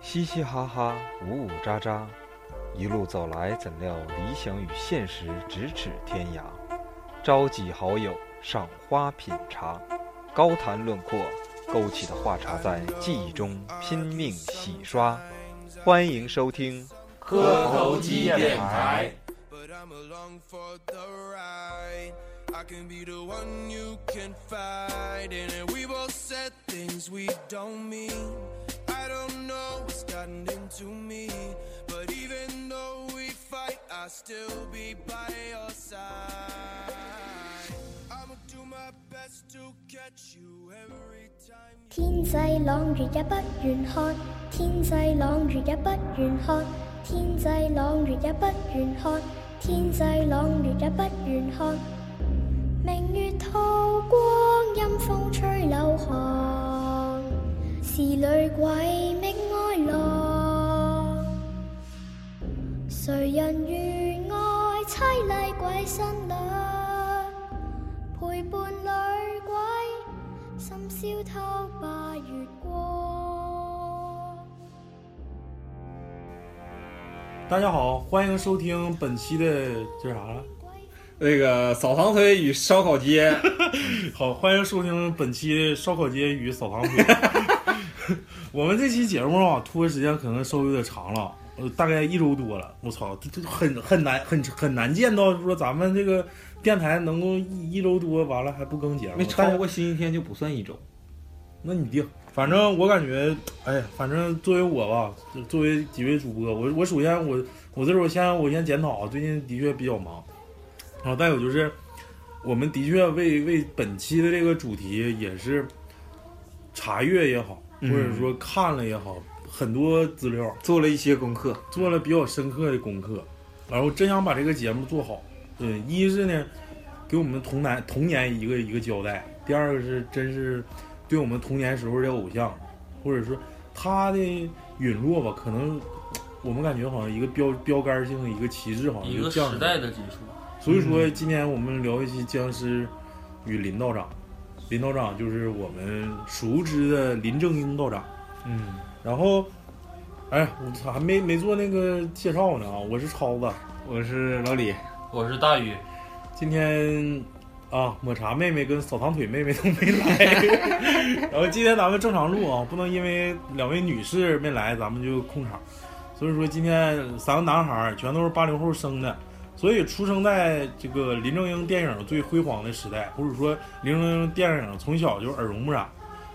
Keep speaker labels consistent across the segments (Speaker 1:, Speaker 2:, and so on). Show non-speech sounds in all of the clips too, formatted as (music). Speaker 1: 嘻嘻哈哈，呜呜喳喳，一路走来，怎料理想与现实咫尺天涯。召集好友，赏花品茶，高谈论阔，勾起的话茬在记忆中拼命洗刷。欢迎收听，
Speaker 2: 磕头机电台。
Speaker 3: But I'm along for the ride. I can be the one you can find. And if we both said things we don't mean. I don't know what's gotten into me. But even though we fight, I'll still be by your side. I'ma do my best to catch you every time.
Speaker 4: 天際朗月也不願看，天際朗月也不願看，天際朗月也不願看，天際朗月也不願看。明月透光，陰風吹柳巷，是女鬼覓哀郎。誰人如愛凄厲鬼新娘？陪伴女鬼，深宵偷把月光。
Speaker 5: 大家好，欢迎收听本期的叫啥了？
Speaker 6: 那个扫堂腿与烧烤街，
Speaker 7: (laughs)
Speaker 5: 好，欢迎收听本期的烧烤街与扫堂腿。 (laughs) 我们这期节目啊，拖的时间可能稍微有点长了，呃，大概一周多了。我操，这这很很难，很很难见到说咱们这个电台能够一一周多，完了还不更节目。
Speaker 6: 没
Speaker 5: 大
Speaker 6: 超
Speaker 5: 家
Speaker 6: 过星期天就不算一周。
Speaker 5: 那你定。反正我感觉，哎呀，反正作为我吧，就作为几位主播，我我首先我我这时候先我先检讨，啊最近的确比较忙，然后再有就是，我们的确为为本期的这个主题也是查阅也好，或者说看了也好，很多资料，
Speaker 6: 做了一些功课，
Speaker 5: 做了比较深刻的功课，然后真想把这个节目做好。嗯，一是呢，给我们童男童年一个一个交代；第二个是真是对我们童年时候的偶像，或者说他的陨落吧，可能我们感觉好像一个标标杆性的一个旗帜，好像
Speaker 2: 一
Speaker 5: 就
Speaker 2: 个
Speaker 5: 降
Speaker 2: 时
Speaker 5: 下
Speaker 2: 代
Speaker 5: 来。
Speaker 2: 的结束。
Speaker 5: 所以说，今天我们聊一期僵尸与林道长。林道长就是我们熟知的林正英道长。
Speaker 6: 嗯，
Speaker 5: 然后，哎，我操，还没没做那个介绍呢啊！我是超子，
Speaker 6: 我是老李，
Speaker 2: 我是大宇，
Speaker 5: 今天啊，抹茶妹妹跟扫堂腿妹妹都没来，然后今天咱们正常录啊，不能因为两位女士没来，咱们就控场。所以说今天三个男孩儿全都是八零后生的，所以出生在这个林正英电影最辉煌的时代，或者说林正英电影从小就耳濡目染，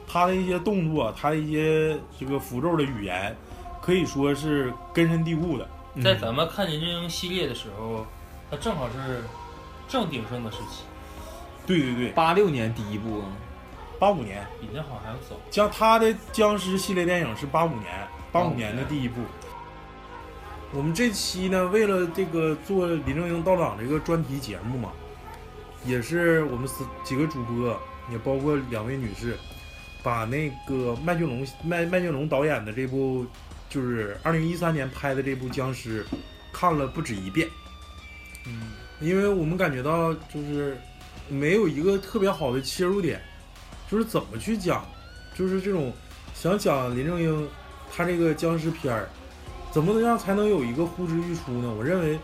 Speaker 5: 他的一些动作，他的一些这个符咒的语言，可以说是根深蒂固的。
Speaker 2: 在咱们看林正英系列的时候，他正好是正鼎盛的时期，
Speaker 5: 对对对，
Speaker 6: 八六年第一部啊，
Speaker 5: 八五年。
Speaker 2: 比那好像还要早。
Speaker 5: 像他的僵尸系列电影是八五年，八五年的第一部。我们这期呢，为了这个做林正英道长这个专题节目嘛，也是我们四几个主播，也包括两位女士，把那个麦浚龙麦麦浚龙导演的这部，就是二零一三年拍的这部《僵尸》，看了不止一遍。
Speaker 2: 嗯，
Speaker 5: 因为我们感觉到就是没有一个特别好的切入点，就是怎么去讲，就是这种想讲林正英他这个僵尸片儿，怎么能让才能有一个呼之欲出呢？我认为，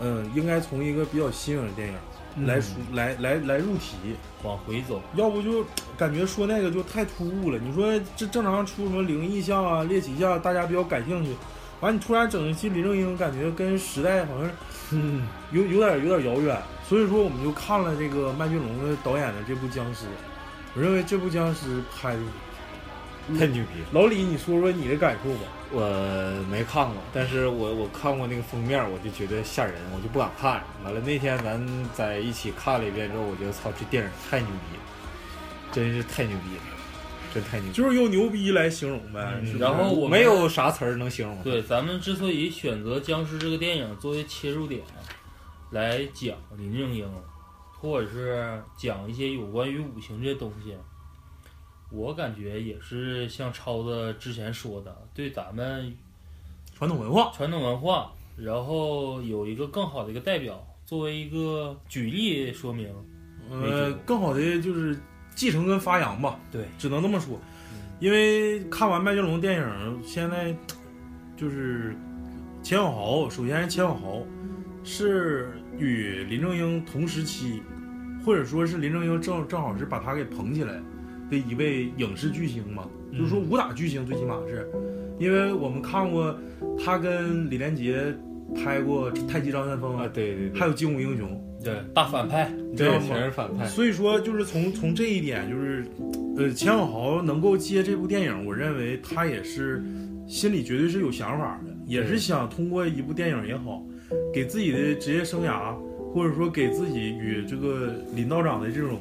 Speaker 5: 嗯、应该从一个比较新颖的电影来说、来来来入题，
Speaker 2: 往回走，
Speaker 5: 要不就感觉说那个就太突兀了。你说这正常出什么灵异像啊、猎奇像，大家比较感兴趣，完你突然整一期林正英，感觉跟时代好像
Speaker 6: 嗯，
Speaker 5: 有有点有点遥远，所以说我们就看了这个麦浚龙的导演的这部《僵尸》，我认为这部《僵尸》拍的，
Speaker 6: 太牛逼了。
Speaker 5: 老李，你说说你的感受吧。
Speaker 7: 我没看过，但是我我看过那个封面，我就觉得吓人，我就不敢看。完了那天咱在一起看了一遍之后，我觉得操，这电影太牛逼了，真是太牛逼了，真太牛逼了，
Speaker 5: 就是用牛逼来形容呗，
Speaker 2: 嗯
Speaker 5: 是不是
Speaker 2: 然后我们
Speaker 7: 没有啥词儿能形容它。
Speaker 2: 对，咱们之所以选择《僵尸》这个电影作为切入点来讲林正英，或者是讲一些有关于五行这东西，我感觉也是像超子之前说的，对咱们
Speaker 5: 传统文化，
Speaker 2: 传统文化，然后有一个更好的一个代表，作为一个举例说明。没
Speaker 5: 呃
Speaker 2: 听过，
Speaker 5: 更好的就是继承跟发扬吧，
Speaker 2: 对，
Speaker 5: 只能这么说
Speaker 2: 嗯。
Speaker 5: 因为看完麦浚龙电影，现在就是钱小豪，首先是钱小豪
Speaker 2: 嗯
Speaker 5: 是与林正英同时期，或者说是林正英正正好是把他给捧起来的一位影视巨星嘛，
Speaker 2: 嗯
Speaker 5: 就是说武打巨星，最起码是，因为我们看过他跟李连杰拍过《太极张三丰》
Speaker 7: 啊，对对对，
Speaker 5: 还有《精武英雄》，
Speaker 2: 对，大反派，
Speaker 5: 你知道
Speaker 7: 对，
Speaker 5: 吗？
Speaker 7: 全是反派，
Speaker 5: 所以说，就是从从这一点，就是，呃，钱小豪能够接这部电影，我认为他也是心里绝对是有想法的，也是想通过一部电影也好，给自己的职业生涯，啊或者说给自己与这个林道长的这种，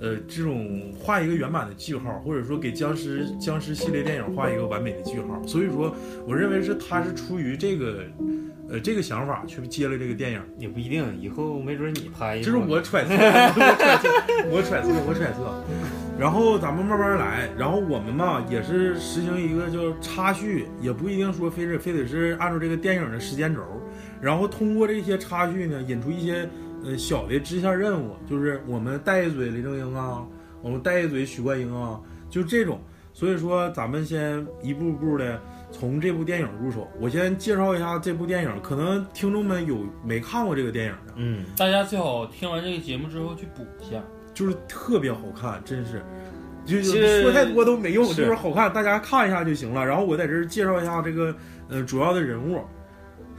Speaker 5: 呃，这种画一个圆满的句号，或者说给僵尸僵尸系列电影画一个完美的句号。所以说，我认为是他是出于这个，呃，这个想法去接了这个电影。
Speaker 7: 也不一定，以后没准你拍一
Speaker 5: 这是
Speaker 7: 部呢
Speaker 5: 我揣测， (laughs) 我揣测，我揣测，我揣测。然后咱们慢慢来，然后我们嘛也是实行一个叫插叙，也不一定说非得非得是按照这个电影的时间轴，然后通过这些插叙呢，引出一些呃小的支线任务，就是我们带一嘴林正英啊，我们带一嘴许冠英啊，就这种。所以说，咱们先一步步的从这部电影入手。我先介绍一下这部电影，可能听众们有没看过这个电影的，
Speaker 7: 嗯，
Speaker 2: 大家最好听完这个节目之后去补一下。
Speaker 5: 就是特别好看，真是。就
Speaker 7: 其实
Speaker 5: 是说太多都没用，
Speaker 7: 是
Speaker 5: 就是好看，大家看一下就行了。然后我在这儿介绍一下这个呃主要的人物，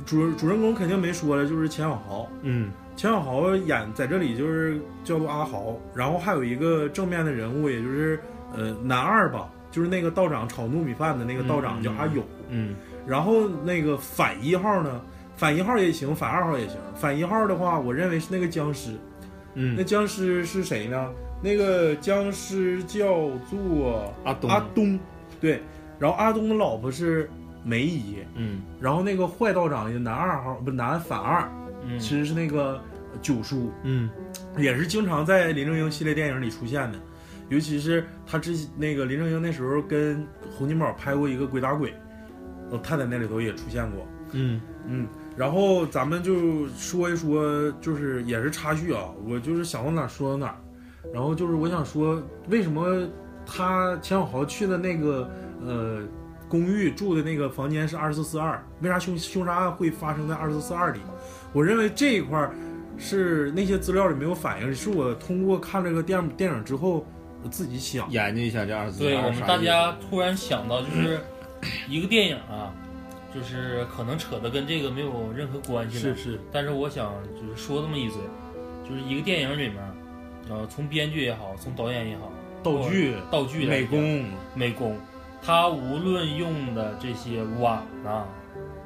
Speaker 5: 主主人公肯定没说了，就是钱小豪。
Speaker 7: 嗯，
Speaker 5: 钱小豪演在这里就是叫做阿豪，然后还有一个正面的人物，也就是呃男二吧，就是那个道长炒糯米饭的那个道长
Speaker 7: 嗯
Speaker 5: 叫阿勇。
Speaker 7: 嗯，
Speaker 5: 然后那个反一号呢，反一号也行，反二号也行。反一号的话，我认为是那个僵尸，
Speaker 7: 嗯
Speaker 5: 那僵尸是谁呢？那个僵尸叫做
Speaker 7: 阿东，
Speaker 5: 阿东，对。然后阿东的老婆是梅姨，
Speaker 7: 嗯
Speaker 5: 然后那个坏道长也男二号不男反二，
Speaker 2: 嗯，
Speaker 5: 其实是那个九叔，
Speaker 7: 嗯
Speaker 5: 也是经常在林正英系列电影里出现的。尤其是他之那个林正英那时候跟洪金宝拍过一个《鬼打鬼》，呃，他在那里头也出现过。
Speaker 7: 嗯
Speaker 5: 嗯，然后咱们就说一说，就是也是插叙啊，我就是想到哪儿说到哪儿。然后就是我想说，为什么他钱小豪去的那个呃公寓住的那个房间是二四四二？为啥凶凶杀案会发生在二四四二里？我认为这一块儿是那些资料里没有反映，是我通过看这个电电影之后我自己想。
Speaker 7: 研究一下这二十四
Speaker 2: 对我
Speaker 7: 二
Speaker 2: 们
Speaker 7: 啥
Speaker 2: 大
Speaker 7: 意思
Speaker 2: 家突然想到，就是一个电影啊，就是可能扯的跟这个没有任何关系了，
Speaker 5: 是，
Speaker 2: 但是我想就是说这么一嘴，就是一个电影里面，呃，从编剧也好，从导演也好，
Speaker 5: 道具、
Speaker 2: 道具来
Speaker 7: 美
Speaker 2: 讲
Speaker 7: 工，
Speaker 2: 美工，他无论用的这些碗呐、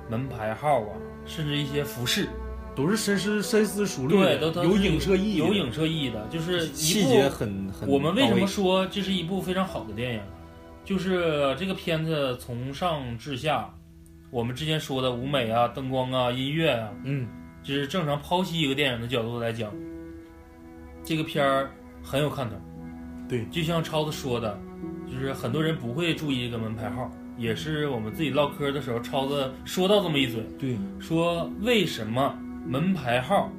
Speaker 2: 门牌号啊，甚至一些服饰，
Speaker 5: 都是深思深思熟虑
Speaker 2: 对，
Speaker 5: 的，
Speaker 2: 都都
Speaker 5: 有
Speaker 2: 是
Speaker 5: 影射意义的，
Speaker 2: 有影射意义的，就是一
Speaker 7: 细
Speaker 2: 部
Speaker 7: 节很很到位。
Speaker 2: 我们为什么说这是一部非常好的电影？就是这个片子从上至下，我们之前说的舞美啊、灯光啊、音乐啊，
Speaker 5: 嗯，
Speaker 2: 就是正常剖析一个电影的角度来讲，这个片儿很有看头。
Speaker 5: 对
Speaker 2: 就像超子说的，就是很多人不会注意这个门牌号，也是我们自己唠嗑的时候，超子说到这么一嘴，
Speaker 5: 对，
Speaker 2: 说为什么门牌号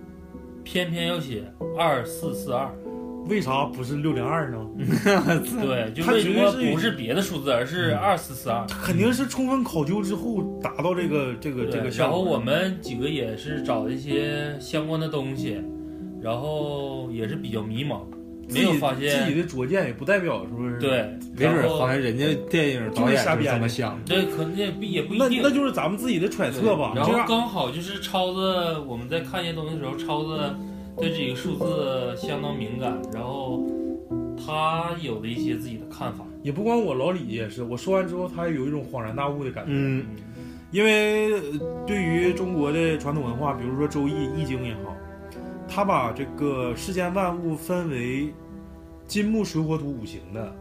Speaker 2: 偏偏要写二四四二？
Speaker 5: 为啥不是六零二呢？
Speaker 2: 对，就
Speaker 5: 它
Speaker 2: 为什
Speaker 5: 绝
Speaker 2: 么
Speaker 5: 对是嗯
Speaker 2: 不是别的数字，而是二四四二。
Speaker 5: 肯定是充分考究之后达到这个这个这个
Speaker 2: 嗯对，
Speaker 5: 效
Speaker 2: 然后
Speaker 5: 果。
Speaker 2: 我们几个也是找一些相关的东西，然后也是比较迷茫，
Speaker 5: 嗯
Speaker 2: 没有发
Speaker 5: 自己自
Speaker 2: 现。
Speaker 5: 己的拙见，也不代表说是
Speaker 2: 对，，
Speaker 7: 没
Speaker 2: 然
Speaker 7: 准
Speaker 2: 后
Speaker 7: 好像人家电影导演就是这么想的。
Speaker 2: 对，可能也不也不一
Speaker 5: 那
Speaker 2: 定
Speaker 5: 那。就是咱们自己的揣测吧。
Speaker 2: 然
Speaker 5: 这
Speaker 2: 后
Speaker 5: 样
Speaker 2: 刚好就是超子，我们在看一些东西的时候，超子对这个数字相当敏感，然后他有了一些自己的看法。
Speaker 5: 也不光我老李也是，我说完之后，他也有一种恍然大悟的感觉。
Speaker 7: 嗯，
Speaker 2: 嗯，
Speaker 5: 因为呃对于中国的传统文化，比如说《周易》《易经》也好，他把这个世间万物分为金木水火土五行的，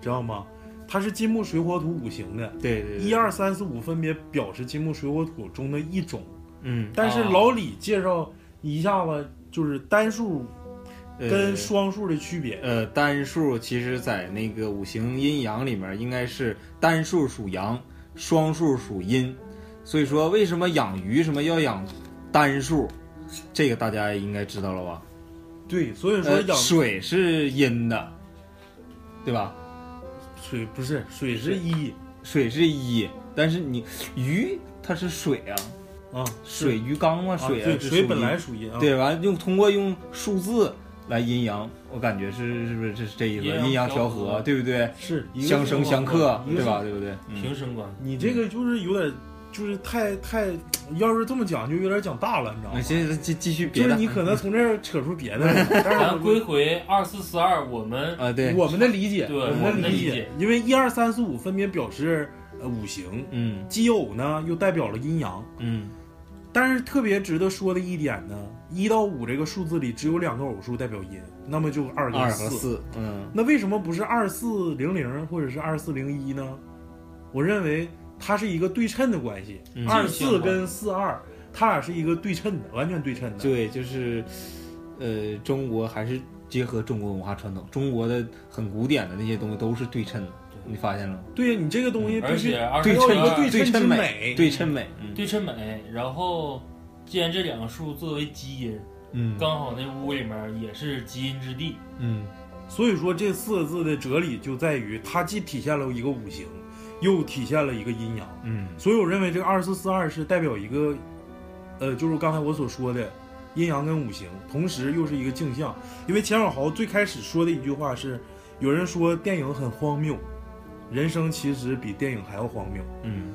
Speaker 5: 知道吗？它是金木水火土五行的，
Speaker 7: 对对，对
Speaker 5: 一，二三四五分别表示金木水火土中的一种。
Speaker 7: 嗯，
Speaker 5: 但是
Speaker 2: 啊
Speaker 5: 老李介绍一下子就是单数
Speaker 7: 呃
Speaker 5: 跟双数的区别，
Speaker 7: 呃单数，其实在那个五行阴阳里面，应该是单数属阳，双数属阴。所以说，为什么养鱼什么要养单数？这个大家应该知道了吧？
Speaker 5: 对，所以说
Speaker 7: 呃
Speaker 5: 养
Speaker 7: 水是阴的，对吧？
Speaker 5: 水不是水是一，
Speaker 7: 水是一，
Speaker 6: 但是你鱼它是水啊，
Speaker 5: 啊，
Speaker 6: 水鱼缸嘛，
Speaker 5: 啊
Speaker 6: 水
Speaker 5: 对，
Speaker 6: 水
Speaker 5: 水本来属阴啊，
Speaker 6: 对，完了用通过用数字来阴阳，我感觉是是不是这是这意思？
Speaker 2: 阴阳
Speaker 6: 阴阳
Speaker 2: 调
Speaker 6: 调
Speaker 2: 和
Speaker 6: 和，对不对？
Speaker 5: 是一个
Speaker 6: 相生相克，
Speaker 5: 一个
Speaker 6: 对吧？对不对？嗯
Speaker 2: 平生观，
Speaker 5: 你这个就是有点，就是太太，要是这么讲就有点讲大了，你知道
Speaker 6: 那
Speaker 7: 哎
Speaker 5: 吗？
Speaker 6: 行，行继继续
Speaker 5: 就
Speaker 6: 别
Speaker 5: 是
Speaker 6: 的
Speaker 5: 你可能从这儿扯出别的来，但
Speaker 2: 咱
Speaker 5: 是
Speaker 2: 归回二四四二，我们
Speaker 6: 啊，对，
Speaker 5: 我们的理解，
Speaker 2: 对
Speaker 5: 我
Speaker 2: 我
Speaker 5: 们
Speaker 2: 们
Speaker 5: 的
Speaker 2: 的
Speaker 5: 理
Speaker 2: 理
Speaker 5: 解
Speaker 2: 解，
Speaker 5: 因为一二三四五分别表示呃五行，
Speaker 6: 嗯
Speaker 5: 奇偶呢又代表了阴阳，
Speaker 6: 嗯
Speaker 5: 但是特别值得说的一点呢，一到五这个数字里只有两个偶数代表阴，那么就二跟
Speaker 6: 二和
Speaker 5: 四。
Speaker 6: 四，嗯
Speaker 5: 那为什么不是二四零零或者是二四零一呢？我认为它是一个对称的关系，
Speaker 6: 嗯
Speaker 5: 二
Speaker 2: 这个
Speaker 5: 四
Speaker 2: 相关
Speaker 5: 跟四二，它俩是一个对称的，完全对称的。
Speaker 6: 对，就是呃，中国还是结合中国文化传统，中国的很古典的那些东西都是对称的，你发现了吗？
Speaker 5: 对呀，你这个东西
Speaker 2: 嗯而
Speaker 5: 必须
Speaker 2: 且二
Speaker 5: 对
Speaker 2: 四
Speaker 5: 称
Speaker 2: 四
Speaker 5: 一个
Speaker 2: 二
Speaker 5: 对
Speaker 6: 对
Speaker 5: 称之
Speaker 6: 称
Speaker 5: 美。
Speaker 6: 对称美，嗯
Speaker 2: 对称美，然后既然这两个数作为基因，
Speaker 6: 嗯
Speaker 2: 刚好那屋里面也是基因之地，
Speaker 6: 嗯
Speaker 5: 所以说这四个字的哲理就在于，它既体现了一个五行，又体现了一个阴阳。
Speaker 6: 嗯
Speaker 5: 所以我认为这个二四四二是代表一个，呃，就是刚才我所说的阴阳跟五行，同时又是一个镜像。因为钱小豪最开始说的一句话是，有人说电影很荒谬，人生其实比电影还要荒谬。
Speaker 6: 嗯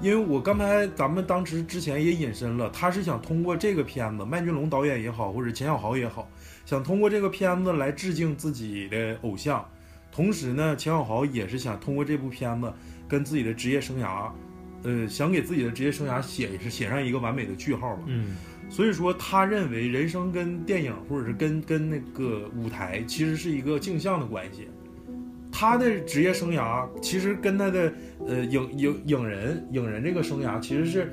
Speaker 5: 因为我刚才咱们当时之前也引申了，他是想通过这个片子，麦浚龙导演也好，或者钱小豪也好，想通过这个片子来致敬自己的偶像。同时呢，钱小豪也是想通过这部片子跟自己的职业生涯，呃，想给自己的职业生涯写是写上一个完美的句号嘛。
Speaker 6: 嗯
Speaker 5: 所以说，他认为人生跟电影或者是跟跟那个舞台其实是一个镜像的关系。他的职业生涯其实跟他的呃影影影人影人这个生涯其实是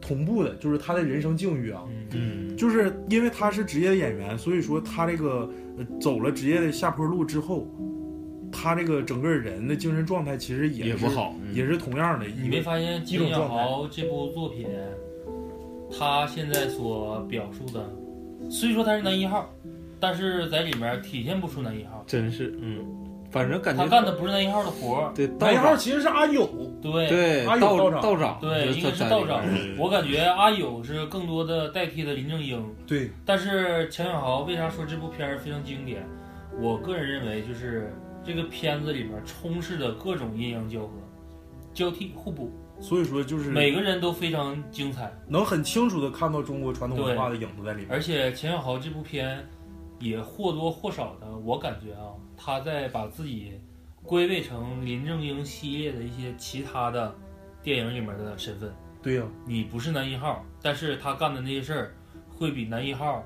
Speaker 5: 同步的，就是他的人生境遇啊，
Speaker 2: 嗯，
Speaker 6: 嗯
Speaker 5: 就是因为他是职业演员，所以说他这个、呃、走了职业的下坡路之后，他这个整个人的精神状态其实也
Speaker 6: 也
Speaker 5: 是嗯
Speaker 6: 不，好，
Speaker 5: 也是同样的
Speaker 2: 嗯你
Speaker 5: 一
Speaker 2: 没
Speaker 5: 个
Speaker 2: 发现
Speaker 5: 一
Speaker 2: 金
Speaker 5: 种
Speaker 2: 小
Speaker 5: 状态
Speaker 2: 豪这部作品，他现在所表述的，虽说他是男一号，但是在里面体现不出男一号，
Speaker 6: 真是嗯，反正感觉
Speaker 2: 他干的不是男一号的活儿，
Speaker 6: 对道
Speaker 5: 男一号
Speaker 6: 长
Speaker 5: 其实是阿友，
Speaker 2: 对
Speaker 6: 对
Speaker 5: 阿勇道
Speaker 6: 道
Speaker 5: 长
Speaker 6: 道长
Speaker 2: 对
Speaker 6: 就是
Speaker 2: 应该是
Speaker 6: 在
Speaker 2: 道
Speaker 6: 里
Speaker 2: 长
Speaker 6: 边儿。
Speaker 2: 我感觉阿友是更多的代替了林正英，
Speaker 5: 对，
Speaker 2: 但是钱小豪为啥说这部片儿非常经典？我个人认为，就是这个片子里面充斥着各种阴阳交合、交替互补，
Speaker 5: 所以说就是
Speaker 2: 每个人都非常精彩。
Speaker 5: 能很清楚的看到中国传统文化的影子在里面。
Speaker 2: 而且钱小豪这部片也或多或少的，我感觉啊，他在把自己归位成林正英系列的一些其他的电影里面的身份。
Speaker 5: 对呀、
Speaker 2: 你不是男一号，但是他干的那些事儿会比男一号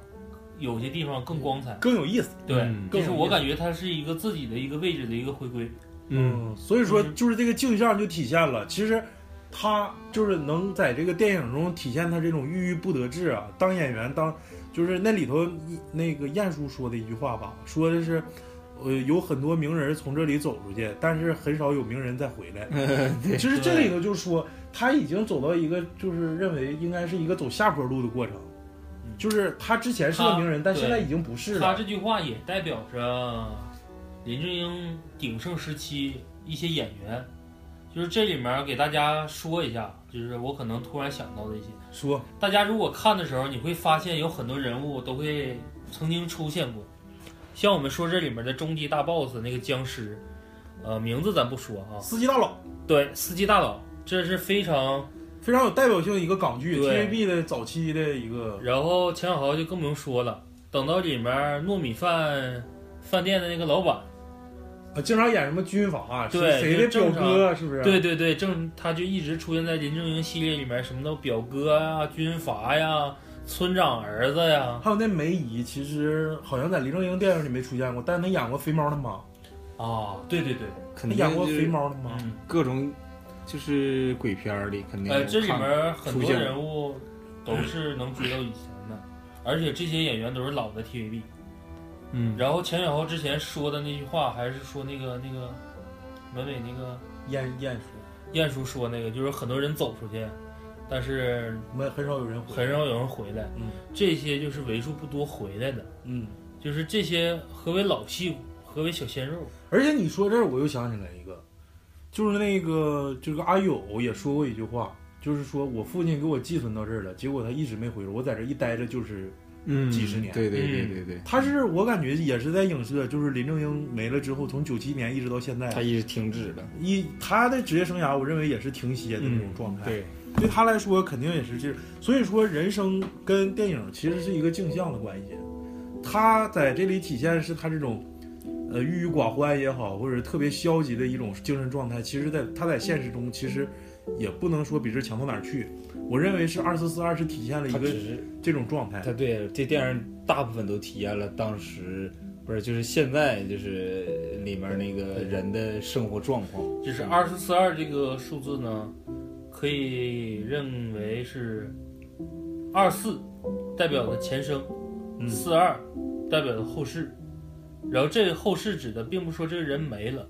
Speaker 2: 有些地方更光彩。
Speaker 5: 更有意思。
Speaker 2: 对
Speaker 6: 嗯，
Speaker 2: 就是我
Speaker 5: 更有意思
Speaker 2: 感觉它是一个自己的一个位置的一个回归。
Speaker 6: 嗯，
Speaker 5: 所以说就是这个镜像就体现了，其实他就是能在这个电影中体现他这种郁郁不得志啊。当演员当就是那里头一那个晏殊说的一句话吧，说的是。呃，有很多名人从这里走出去，但是很少有名人再回来。
Speaker 6: 对
Speaker 5: 其实这里头就说他已经走到一个，就是认为应该是一个走下坡路的过程，
Speaker 2: 嗯
Speaker 5: 就是他之前是个
Speaker 2: 他
Speaker 5: 名人，但
Speaker 2: 对
Speaker 5: 现在已经不是了。
Speaker 2: 他这句话也代表着林正英鼎盛时期一些演员，就是这里面给大家说一下，就是我可能突然想到的一些。
Speaker 5: 说
Speaker 2: 大家如果看的时候，你会发现有很多人物都会曾经出现过，像我们说这里面的终极大 boss 那个僵尸，呃，名字咱不说啊，
Speaker 5: 司机大佬
Speaker 2: 对，司机大佬，这是非常
Speaker 5: 非常有代表性的一个港剧
Speaker 2: 对
Speaker 5: ，TVB 的早期的一个，
Speaker 2: 然后钱小豪就更不用说了，等到里面糯米饭饭店的那个老板，
Speaker 5: 呃，经常演什么军阀，是
Speaker 2: 对
Speaker 5: 谁的
Speaker 2: 就是
Speaker 5: 表
Speaker 2: 正
Speaker 5: 哥，啊是不是？
Speaker 2: 对，对对，正他就一直出现在林正英系列里面，什么的表哥啊、军阀呀、村长儿子呀
Speaker 5: 还有那梅姨，其实好像在林正英电影里没出现过，但她演过肥猫他妈，
Speaker 2: 啊，对对对，
Speaker 6: 肯
Speaker 5: 她
Speaker 6: 定
Speaker 5: 演过
Speaker 6: 就
Speaker 5: 肥
Speaker 6: 是
Speaker 5: 猫他妈，
Speaker 2: 嗯，
Speaker 6: 各种就是鬼片儿里肯定
Speaker 2: 呃，这里
Speaker 6: 看
Speaker 2: 面很
Speaker 6: 出
Speaker 2: 多
Speaker 6: 现了
Speaker 2: 人物都是能追到以前的，而且这些演员都是老的 TVB。
Speaker 6: 嗯
Speaker 2: 然后钱小豪之前说的那句话，还是说那个那个门卫那个
Speaker 5: 燕燕叔，
Speaker 2: 晏叔说那个，就是很多人走出去，但是
Speaker 5: 没很少有人回。
Speaker 2: 很少有人回来，
Speaker 5: 嗯
Speaker 2: 这些就是为数不多回来的，
Speaker 5: 嗯，
Speaker 2: 就是这些何为老戏骨，何为小鲜肉，
Speaker 5: 而且你说这儿，我又想起来一个，就是那个这个阿友也说过一句话，就是说我父亲给我寄存到这儿了，结果他一直没回来，我在这一待着就是
Speaker 6: 嗯
Speaker 5: 几十年
Speaker 6: 对对对
Speaker 2: 嗯
Speaker 6: 对对，
Speaker 5: 他是我感觉也是在影射，就是林正英没了之后，从九七年一直到现在，
Speaker 7: 他一直停止了。
Speaker 5: 一他的职业生涯，我认为也是停歇的那种状态。
Speaker 7: 嗯对，
Speaker 5: 对，他来说肯定也是这，所以说人生跟电影其实是一个镜像的关系。他在这里体现是他这种，呃，郁郁寡欢也好，或者特别消极的一种精神状态。其实在，他在现实中其实也不能说比这强到哪儿去。我认为是二四四二是体现了一
Speaker 7: 他
Speaker 5: 个
Speaker 7: 只是
Speaker 5: 这种状态。
Speaker 7: 他对这电影大部分都体验了当时不是就是现在就是里面那个人的生活状况，
Speaker 2: 就是二四四二这个数字呢，可以认为是二四代表的前生，
Speaker 5: 嗯
Speaker 2: 四二代表的后世。然后这个后世指的并不是说这个人没了，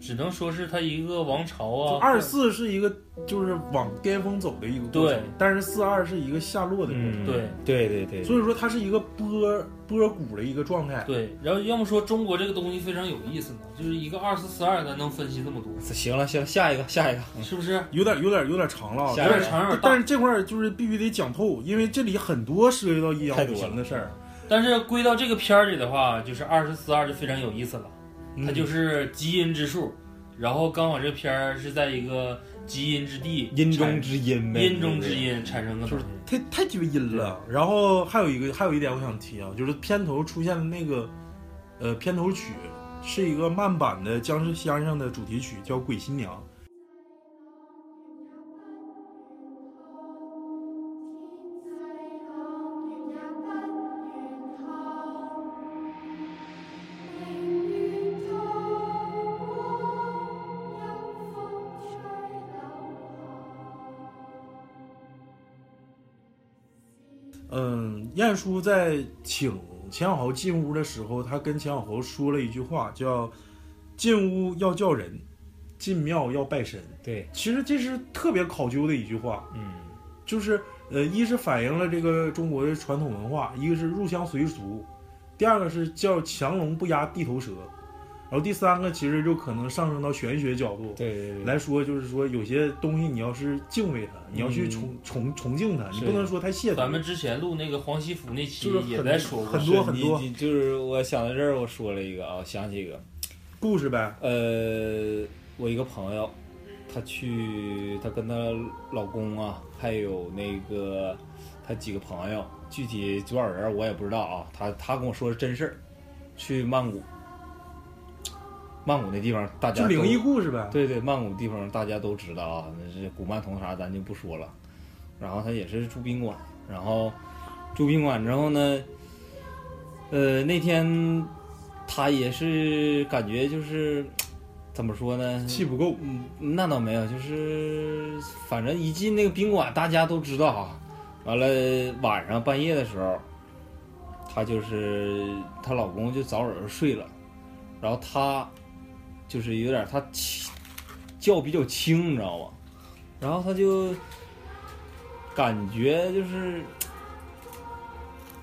Speaker 2: 只能说是他一个王朝啊。
Speaker 5: 二四是一个就是往巅峰走的一个过程
Speaker 2: 对，
Speaker 5: 但是四二是一个下落的过程。
Speaker 7: 嗯
Speaker 2: 对
Speaker 7: 对对对，
Speaker 5: 所以说它是一个波波谷的一个状态。
Speaker 2: 对，然后要么说中国这个东西非常有意思呢，就是一个二四四二咱能分析这么多，
Speaker 7: 行了行了，下一个下一个，
Speaker 5: 嗯
Speaker 2: 是不是？
Speaker 5: 有点有点有点长了啊，
Speaker 7: 下
Speaker 2: 有
Speaker 7: 一
Speaker 2: 点
Speaker 7: 个
Speaker 2: 长有点
Speaker 5: 但
Speaker 2: 大，
Speaker 5: 是这块儿就是必须得讲透，因为这里很多涉及到阴阳五行的事儿。
Speaker 2: 但是归到这个片儿里的话，就是二四四二就非常有意思了。
Speaker 5: 嗯
Speaker 2: 它就是基因之数，然后刚好这片儿是在一个基因之地，
Speaker 7: 阴中之阴呗，
Speaker 2: 阴中之阴产生的东西，
Speaker 5: 太太鸡巴阴了。然后还有一个还有一点我想提啊，就是片头出现的那个呃片头曲是一个慢版的《僵尸先生》的主题曲，叫《鬼新娘》。嗯，晏殊在请钱小豪进屋的时候，他跟钱小豪说了一句话，叫“进屋要叫人，进庙要拜神”。
Speaker 7: 对，
Speaker 5: 其实这是特别考究的一句话，
Speaker 7: 嗯，
Speaker 5: 就是呃，一是反映了这个中国的传统文化，一个是入乡随俗，第二个是叫强龙不压地头蛇，然后第三个其实就可能上升到玄学角度
Speaker 7: 对对对，
Speaker 5: 来说，就是说有些东西你要是敬畏它，你要去
Speaker 7: 嗯
Speaker 5: 崇崇崇敬它，你
Speaker 7: 是
Speaker 5: 不能说太亵
Speaker 2: 咱
Speaker 5: 渎。
Speaker 2: 们之前录那个黄西服那期
Speaker 5: 就是很
Speaker 2: 也在说过
Speaker 5: 很，多
Speaker 7: 是
Speaker 5: 很多
Speaker 7: 你你就是我想到这儿，我说了一个啊，想起一个，
Speaker 5: 故事呗，
Speaker 7: 呃，我一个朋友，她去，她跟她老公啊，还有那个她几个朋友，具体多少人我也不知道啊。她她跟我说是真事儿，去曼谷，曼谷那地方大家
Speaker 5: 就
Speaker 7: 都
Speaker 5: 灵异故事呗。
Speaker 7: 对对，曼谷地方大家都知道啊，那是古曼童啥咱就不说了。然后他也是住宾馆，然后住宾馆之后呢，呃，那天他也是感觉就是怎么说呢？
Speaker 5: 气不够，
Speaker 7: 嗯，那倒没有，就是反正一进那个宾馆，大家都知道哈。完了晚上半夜的时候，她就是她老公就早早就睡了，然后她就是有点她起觉比较轻，你知道吗？然后她就感觉就是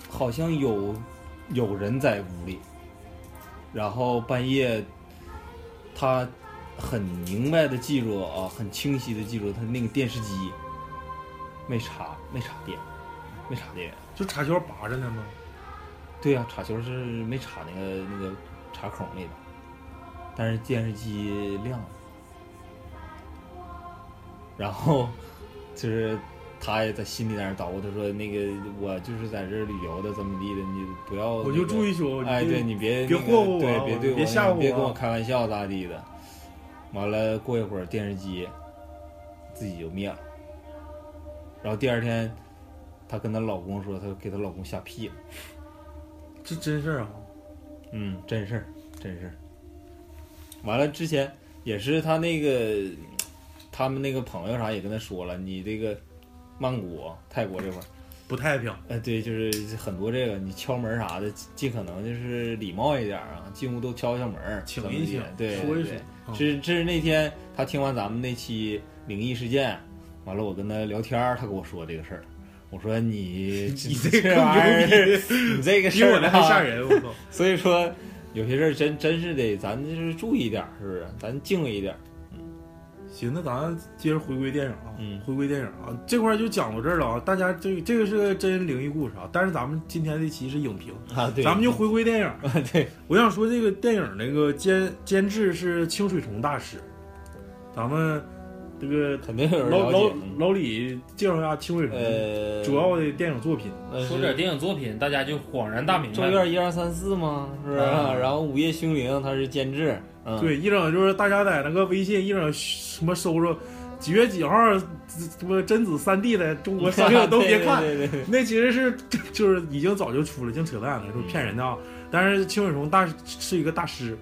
Speaker 7: 好像有有人在屋里，然后半夜她很明白的记住啊，很清晰的记住他那个电视机没插没插电，没插电。
Speaker 5: 就插销拔着呢嘛。
Speaker 7: 对呀、插球是没插那个那个插孔里的，但是电视机亮了。然后就是他也在心里在那儿捣鼓，他说那个我就是在这儿旅游的，怎么地的，你不要、
Speaker 5: 我就住一宿，
Speaker 7: 哎，
Speaker 5: 你
Speaker 7: 哦
Speaker 5: 就
Speaker 7: 对你别
Speaker 5: 别
Speaker 7: 那个
Speaker 5: 霍霍我
Speaker 7: 对
Speaker 5: 啊，
Speaker 7: 别对我
Speaker 5: 别
Speaker 7: 那
Speaker 5: 吓
Speaker 7: 个
Speaker 5: 唬
Speaker 7: 别
Speaker 5: 我
Speaker 7: 跟我
Speaker 5: 啊
Speaker 7: 开玩笑咋地的。完了，过一会儿电视机自己就灭了。然后第二天，她跟她老公说，她给她老公吓屁了。
Speaker 5: 这真事儿啊。
Speaker 7: 嗯，真事儿，真事儿。完了之前也是她那个，他们那个朋友啥也跟她说了，你这个曼谷、泰国这块儿
Speaker 5: 不太平，
Speaker 7: 呃，对，就是很多这个，你敲门啥的，尽尽可能就是礼貌一点儿啊，进屋都敲一下门儿，
Speaker 5: 请
Speaker 7: 怎么
Speaker 5: 一
Speaker 7: 地
Speaker 5: 请
Speaker 7: 对，
Speaker 5: 说
Speaker 7: 对
Speaker 5: 一说嗯
Speaker 7: 这是这是那天他听完咱们那期灵异事件，完了我跟他聊天儿，他跟我说这个事儿，我说
Speaker 5: (laughs)
Speaker 7: 你
Speaker 5: 你这
Speaker 7: 这
Speaker 5: 更
Speaker 7: 玩意
Speaker 5: 牛
Speaker 7: 儿，你这个
Speaker 5: 比
Speaker 7: 事
Speaker 5: 我
Speaker 7: 儿
Speaker 5: 那还
Speaker 7: 啊
Speaker 5: 吓人，我操！
Speaker 7: 所以说，有些事儿真真是得咱就是注意点儿，是不是？咱敬畏一点儿。嗯，
Speaker 5: 行，那咱接着回归电影啊，
Speaker 7: 嗯
Speaker 5: 回归电影啊，这块儿就讲到这儿了啊。大家这这个是个真灵异故事啊，但是咱们今天这期是影评，
Speaker 7: 啊，对，
Speaker 5: 咱们就回归电影。
Speaker 7: (laughs) 对，
Speaker 5: 我想说这个电影那个监监制是清水崇大师，咱们这个
Speaker 7: 肯定有人
Speaker 5: 老
Speaker 7: 了
Speaker 5: 老
Speaker 7: 解。嗯
Speaker 5: 老李介绍一下清水崇、
Speaker 7: 呃，
Speaker 5: 主要的电影作品。
Speaker 7: 呃
Speaker 2: 说
Speaker 7: 是
Speaker 2: 点电影作品，大家就恍然大明
Speaker 7: 咒
Speaker 2: 白了。
Speaker 7: 怨一二三四吗？是不是？
Speaker 2: 啊
Speaker 7: 然后午夜凶铃它是监制，嗯，
Speaker 5: 对，一整就是大家在那个微信一整什么搜着几月几号什么贞子三 D 的中国上
Speaker 7: (laughs)
Speaker 5: 映都别看，
Speaker 7: 对对对
Speaker 5: (laughs) 那其实是就是已经早就出了，净扯淡了，说骗人的啊。但是清水崇大是一个大师，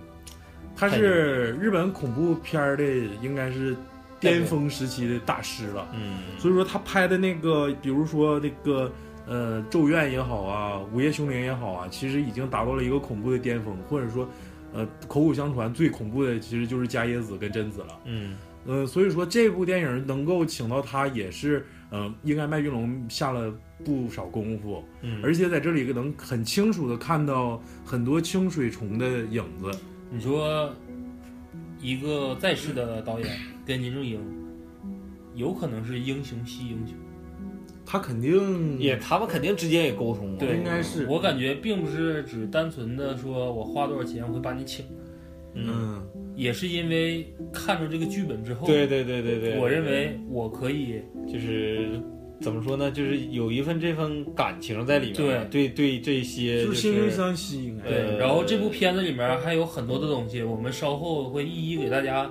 Speaker 5: 他是日本恐怖片儿的应该是巅峰时期的大师了，
Speaker 7: 嗯，
Speaker 5: 所以说他拍的那个，比如说那个。呃，咒怨也好啊，午夜凶铃也好啊，其实已经达到了一个恐怖的巅峰，或者说，呃，口口相传最恐怖的其实就是加耶子跟贞子了。
Speaker 7: 嗯，
Speaker 5: 呃，所以说这部电影能够请到他，也是呃，应该麦浚龙下了不少功夫，
Speaker 7: 嗯
Speaker 5: 而且在这里能很清楚的看到很多清水虫的影子。
Speaker 2: 你说一个在世的导演跟林正英，有可能是英雄惜英雄。
Speaker 5: 他肯定
Speaker 7: 也他们肯定之间也沟通过，
Speaker 2: 对
Speaker 5: 应该是
Speaker 2: 我感觉并不是只单纯的说我花多少钱我会把你请，
Speaker 7: 嗯，
Speaker 5: 嗯，
Speaker 2: 也是因为看着这个剧本之后，
Speaker 7: 对对对对对，
Speaker 2: 我认为我可以
Speaker 7: 就是怎么说呢，就是有一份这份感情在里面，对对这
Speaker 2: 嗯
Speaker 7: 些
Speaker 5: 就是是惺惺相惜，应该是
Speaker 2: 对。
Speaker 7: 呃
Speaker 2: 然后这部片子里面还有很多的东西，我们稍后会一一给大家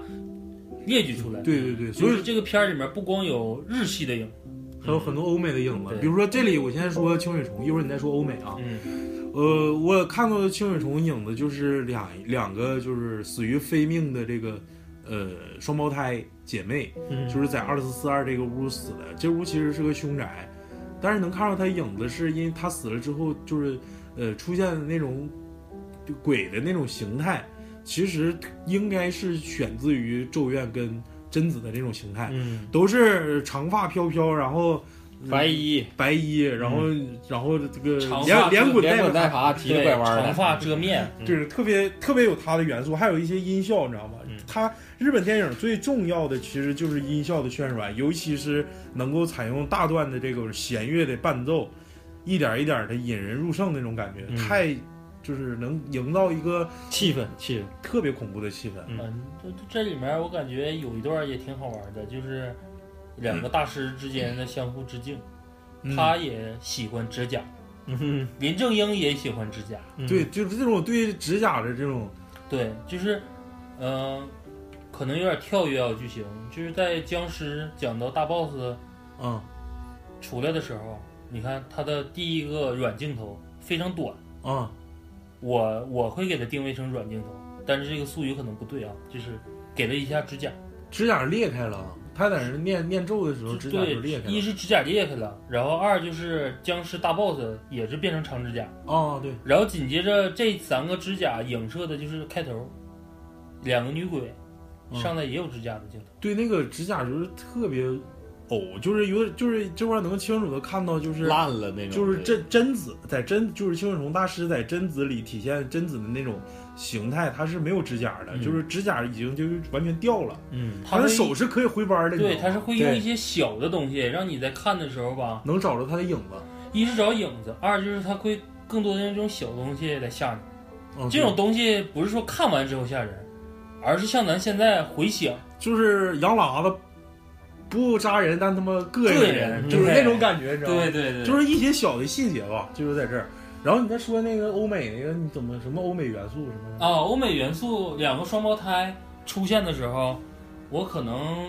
Speaker 2: 列举出来。
Speaker 5: 对对对，所
Speaker 2: 就
Speaker 5: 以
Speaker 2: 是这个片儿里面不光有日系的影，
Speaker 5: 还有很多欧美的影子，
Speaker 2: 对
Speaker 5: 比如说这里我先说清水虫，一会儿你再说欧美啊。
Speaker 2: 嗯，
Speaker 5: 呃，我看到的清水虫影子就是两两个就是死于非命的这个呃双胞胎姐妹，
Speaker 7: 嗯
Speaker 5: 就是在二四四二这个屋死的。这屋其实是个凶宅，但是能看到她影子，是因为她死了之后，就是呃出现的那种就鬼的那种形态，其实应该是选自于咒怨跟贞子的那种形态，
Speaker 7: 嗯，
Speaker 5: 都是长发飘飘，然后。
Speaker 7: 白衣
Speaker 5: 白衣，然后、
Speaker 7: 嗯
Speaker 5: 然后这个
Speaker 2: 长
Speaker 5: 嗯连
Speaker 2: 发
Speaker 5: 连滚
Speaker 7: 连滚
Speaker 5: 带
Speaker 7: 带爬，提着
Speaker 2: 对
Speaker 7: 拐弯
Speaker 2: 长发遮面，
Speaker 5: 就是特别特别有它的元素，还有一些音效，你知道吗？
Speaker 7: 嗯
Speaker 5: 它日本电影最重要的其实就是音效的渲染，尤其是能够采用大段的这种弦乐的伴奏，一点一点的引人入胜那种感觉，
Speaker 7: 嗯
Speaker 5: 太就是能营造一个
Speaker 7: 气氛气氛，
Speaker 5: 特别恐怖的气氛。
Speaker 7: 嗯
Speaker 2: 嗯，这这里面我感觉有一段也挺好玩的，就是两个大师之间的相互致敬。他也喜欢指甲，
Speaker 7: 嗯，
Speaker 2: 林正英也喜欢指甲。
Speaker 5: 对，就是这种对指甲的这种，
Speaker 2: 对，就是，嗯、可能有点跳跃啊剧情，就是在僵尸讲到大 boss
Speaker 5: 嗯，
Speaker 2: 出来的时候，你看他的第一个软镜头非常短，
Speaker 5: 啊、
Speaker 2: 我我会给它定位成软镜头，但是这个术语可能不对啊，就是给了一下指甲，
Speaker 5: 指甲裂开了，啊他在那念念咒的时候，指甲
Speaker 2: 对
Speaker 5: 就裂，开
Speaker 2: 一
Speaker 5: 了。
Speaker 2: 是指甲裂开了，然后二就是僵尸大 boss 也是变成长指甲，
Speaker 5: 啊、对，
Speaker 2: 然后紧接着这三个指甲影射的就是开头，两个女鬼
Speaker 5: 嗯
Speaker 2: 上来也有指甲的镜头。
Speaker 5: 对那个指甲就是特别呕，就是有点就是这块能清楚的看到就是
Speaker 7: 烂了那种，
Speaker 5: 就是贞贞子在贞就是清水崇大师在贞子里体现贞子的那种形态，它是没有指甲的，
Speaker 7: 嗯
Speaker 5: 就是指甲已经就是完全掉了，
Speaker 7: 嗯，
Speaker 5: 他
Speaker 2: 会
Speaker 5: 的手是可以回弯的，你
Speaker 2: 对，
Speaker 5: 知道
Speaker 2: 他
Speaker 5: 吗
Speaker 2: 是会用
Speaker 7: 对
Speaker 2: 一些小的东西让你在看的时候吧，
Speaker 5: 能找着他的影子。
Speaker 2: 一是找影子，二就是他会更多的用这种小东西来吓你。
Speaker 5: 嗯
Speaker 2: 这种东西不是说看完之后吓人，而是像咱现在回想，
Speaker 5: 就是羊喇子不扎人，但他妈膈
Speaker 2: 膈
Speaker 5: 应
Speaker 2: 应人
Speaker 5: 就是那
Speaker 2: 对
Speaker 5: 种感觉，你知道吗？
Speaker 2: 对对
Speaker 5: 就是一些小的细节吧，就是在这儿。然后你再说那个欧美那个，你怎么什么欧美元素什么的？
Speaker 2: 啊，欧美元素两个双胞胎出现的时候，我可能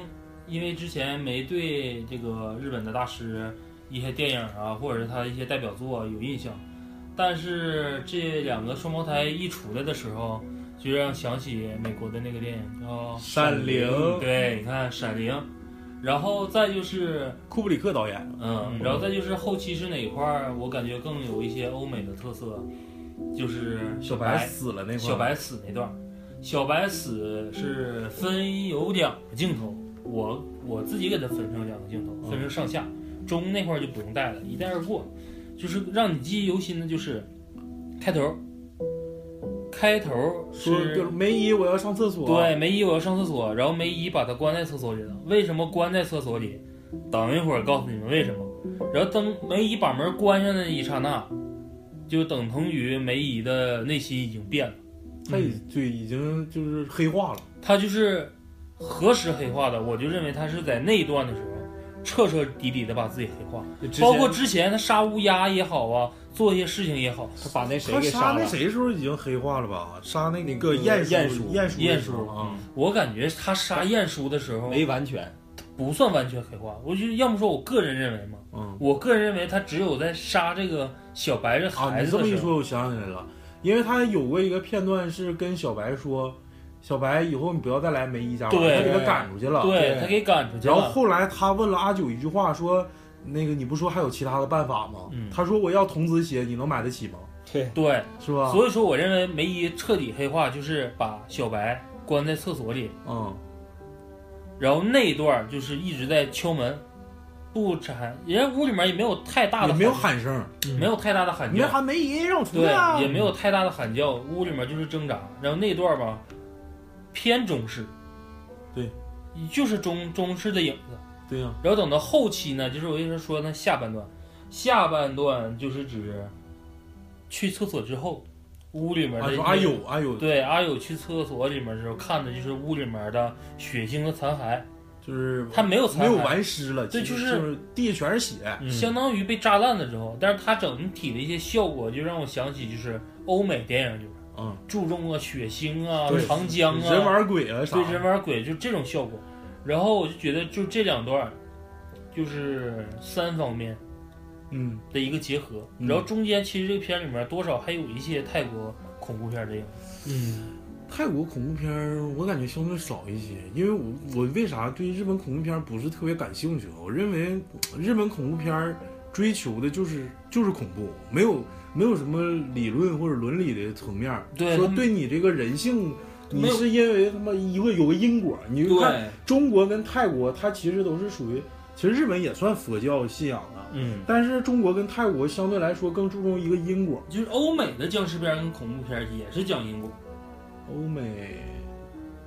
Speaker 2: 因为之前没对这个日本的大师一些电影啊，或者是他的一些代表作啊有印象，但是这两个双胞胎一出来的时候，就让想起美国的那个电影叫
Speaker 5: 闪灵
Speaker 2: 对，你看《闪灵》，然后再就是
Speaker 5: 库布里克导演
Speaker 2: 嗯，然后再就是后期是哪一块儿，我感觉更有一些欧美的特色，就是
Speaker 5: 小
Speaker 2: 白
Speaker 5: 白死了那块儿，
Speaker 2: 小白死那段儿，小白死是分有两个镜头，我我自己给它分成两个镜头，分成上下，中那块儿就不用带了，一带而过，就是让你记忆犹新的就是开头，开开头
Speaker 5: 说就是
Speaker 2: 是
Speaker 5: 梅姨我要上厕所，
Speaker 2: 对梅姨我要上厕所，然后梅姨把她关在厕所里了。为什么关在厕所里？等一会儿告诉你们为什么。然后等梅姨把门关上的一刹那，就等同于梅姨的内心已经变了，
Speaker 5: 他已
Speaker 2: 嗯
Speaker 5: 对已经就是黑化了，
Speaker 2: 她就是何时黑化的？我就认为她是在那一段的时候。彻彻底底的把自己黑化，
Speaker 7: 之前
Speaker 2: 包括之前她杀乌鸦也好啊，做一些事情也好，
Speaker 7: 他把那谁
Speaker 5: 他
Speaker 7: 给
Speaker 5: 杀
Speaker 7: 了
Speaker 5: 那，谁时候已经黑化了吧？杀那
Speaker 7: 那
Speaker 5: 个
Speaker 7: 个
Speaker 5: 鼹
Speaker 7: 鼹
Speaker 5: 鼠
Speaker 7: 鼠
Speaker 5: 鼹鼠
Speaker 2: 鼹
Speaker 5: 的时候
Speaker 2: 鼠嗯
Speaker 5: 啊，
Speaker 2: 我感觉他杀晏殊的时候
Speaker 7: 没完全。
Speaker 2: 不算完全黑化，我就要么说我个人认为嘛，
Speaker 5: 嗯
Speaker 2: 我个人认为他只有在杀这个小白这
Speaker 5: 啊，
Speaker 2: 孩
Speaker 5: 你
Speaker 2: 子
Speaker 5: 这么
Speaker 2: 的
Speaker 5: 一
Speaker 2: 时候，
Speaker 5: 说，我想起来了，因为他有过一个片段是跟小白说，小白以后你不要再来梅姨家玩，
Speaker 2: 对
Speaker 5: 他给他赶出去了，
Speaker 2: 对
Speaker 7: 对
Speaker 2: 他给赶出
Speaker 5: 啊
Speaker 2: 去
Speaker 5: 然后
Speaker 2: 了，
Speaker 5: 后来他问了阿九一句话，说：“那个你不说还有其他的办法吗？”
Speaker 2: 嗯
Speaker 5: 他说：“我要童子血，你能买得起吗？
Speaker 7: 对，
Speaker 2: 对，
Speaker 5: 是吧？”
Speaker 2: 所以说我认为梅姨彻底黑化就是把小白关在厕所里，
Speaker 5: 嗯，
Speaker 2: 然后那一段就是一直在敲门，不喊，人家屋里面也没有太大的
Speaker 5: 也没有，喊声，
Speaker 2: 没有太大的喊
Speaker 5: 你
Speaker 2: 叫
Speaker 5: 别，喊梅姨让我出去啊！
Speaker 2: 对，也没有太大的喊叫，屋里面就是挣扎。然后那段吧，偏中式，
Speaker 5: 对，
Speaker 2: 就是中中式的影子。
Speaker 5: 对呀、
Speaker 2: 然后等到后期呢，就是我一直说那下半段，下半段就是指去厕所之后，屋里面
Speaker 5: 啊，
Speaker 2: 的
Speaker 5: 说哎呦哎呦，
Speaker 2: 对阿友去厕所里面的时候看的就是屋里面的血腥和残骸，
Speaker 5: 就是
Speaker 2: 他没有残骸，
Speaker 5: 没有完尸了，
Speaker 2: 对
Speaker 5: 其实
Speaker 2: 就是
Speaker 5: 就是地下全是血。
Speaker 7: 嗯
Speaker 2: 相当于被炸烂了之后，但是它整体的一些效果就让我想起就是欧美电影里面
Speaker 5: 嗯，
Speaker 2: 注重啊血腥啊
Speaker 5: 对、
Speaker 2: 长江啊、
Speaker 5: 嗯人玩鬼啊啥
Speaker 2: 对人玩鬼就这种效果。然后我就觉得就这两段，就是三方面
Speaker 5: 嗯，
Speaker 2: 的一个结合。
Speaker 5: 嗯
Speaker 2: 然后中间其实这个片里面多少还有一些泰国恐怖片的影子。
Speaker 7: 嗯
Speaker 5: 泰国恐怖片儿我感觉相对少一些，因为我我为啥对日本恐怖片儿不是特别感兴趣啊？我认为呃日本恐怖片儿追求的就是就是恐怖，没有没有什么理论或者伦理的层面儿，
Speaker 2: 对
Speaker 5: 说
Speaker 2: 他们
Speaker 5: 对你这个人性，你
Speaker 2: 没有
Speaker 5: 是因为他妈一个有个因果，你就看
Speaker 6: 对，
Speaker 5: 中国跟泰国，它其实都是属于，其实日本也算佛教信仰啊的，
Speaker 2: 嗯，
Speaker 5: 但是中国跟泰国相对来说更注重一个因果，
Speaker 2: 就是欧美的僵尸片跟恐怖片也是讲因果。
Speaker 5: 欧美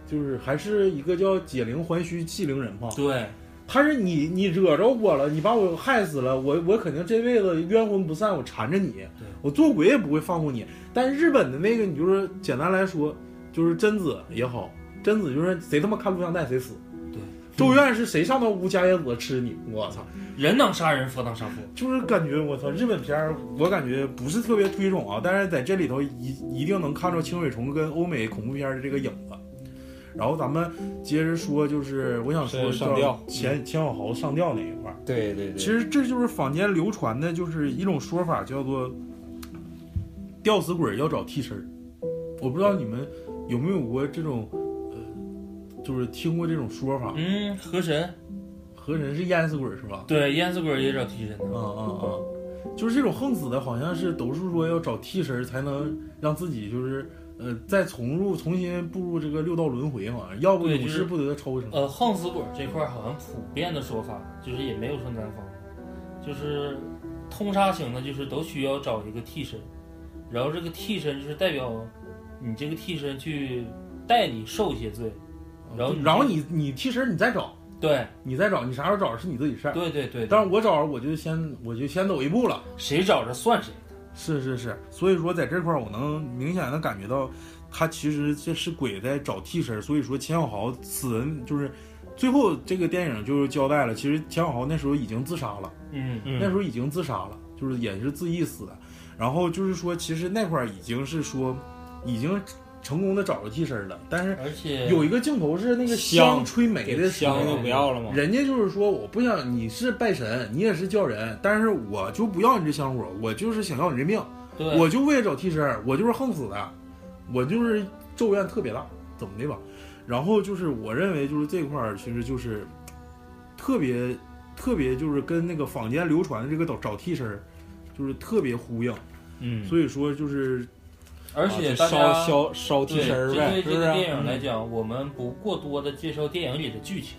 Speaker 5: 就是还是一个叫解铃还须系铃人吧。
Speaker 2: 对，
Speaker 5: 他是你你惹着我了，你把我害死了，我我肯定这辈子冤魂不散，我缠着你，我做鬼也不会放过你。但日本的那个，你就是简单来说，就是贞子也好，贞子就是谁他妈看录像带谁死。
Speaker 2: 对，
Speaker 5: 咒怨是谁上到屋家也子吃你，我操！
Speaker 2: 人当杀人，佛当杀佛。
Speaker 5: 就是感觉我操，日本片儿我感觉不是特别推崇啊，但是在这里头一一定能看到清水虫跟欧美恐怖片儿的这个影子。然后咱们接着说，就是我想说
Speaker 7: 是上吊
Speaker 5: 叫钱钱小豪上吊那一块儿，
Speaker 7: 对对对，
Speaker 5: 其实这就是坊间流传的，就是一种说法叫做“吊死鬼要找替身儿”。我不知道你们有没有过这种，呃，就是听过这种说法。
Speaker 2: 嗯，河神
Speaker 5: 河神是淹死鬼是吧？
Speaker 2: 对淹死鬼也找替身的。
Speaker 5: 嗯嗯嗯，就是这种横死的，好像是都是说要找替身儿才能让自己就是呃再重入重新步入这个六道轮回，好像要不
Speaker 2: 对
Speaker 5: 永
Speaker 2: 就是
Speaker 5: 世不得超生。
Speaker 2: 呃，横死鬼这块儿好像普遍的说法就是也没有说南方，就是通杀型的，就是都需要找一个替身，然后这个替身就是代表你这个替身去代你受一些罪，
Speaker 7: 哦
Speaker 2: 然后你
Speaker 5: 然后你你替身儿你再找，
Speaker 2: 对
Speaker 5: 你再找，你啥时候找是你自己事儿。
Speaker 2: 对对对，
Speaker 5: 但是我找我就先我就先走一步了。
Speaker 2: 谁找着算谁的，
Speaker 5: 是是是，所以说在这块儿我能明显的感觉到，他其实这是鬼在找替身儿。所以说钱小豪此人就是最后这个电影就是交代了，其实钱小豪那时候已经自杀了。
Speaker 2: 嗯
Speaker 7: 嗯
Speaker 5: 那时候已经自杀了，就是也是自缢死的。然后就是说，其实那块儿已经是说，已经成功的找着替身了，但是
Speaker 2: 而且
Speaker 5: 有一个镜头是那个
Speaker 7: 香
Speaker 5: 吹没的时候
Speaker 7: 香就不要了嘛，
Speaker 5: 人家就是说，我不想你是拜神，你也是叫人，但是我就不要你这香火，我就是想要你这命，
Speaker 2: 对
Speaker 5: 我就为了找替身，我就是横死的，我就是咒怨特别大，怎么的吧？然后就是我认为就是这块儿其实就是特别特别就是跟那个坊间流传的这个找找替身儿就是特别呼应，
Speaker 7: 嗯，
Speaker 5: 所以说就是
Speaker 2: 而
Speaker 7: 啊
Speaker 2: 且
Speaker 7: 就
Speaker 2: 大家、
Speaker 7: 烧烧烧替
Speaker 2: 对，
Speaker 7: 身儿
Speaker 2: 针
Speaker 7: 呗，是啊
Speaker 2: 对
Speaker 7: 嗯
Speaker 2: 这
Speaker 7: 不
Speaker 2: 个电
Speaker 7: 是？
Speaker 2: 影来讲，我们不过多的介绍电影里的剧情，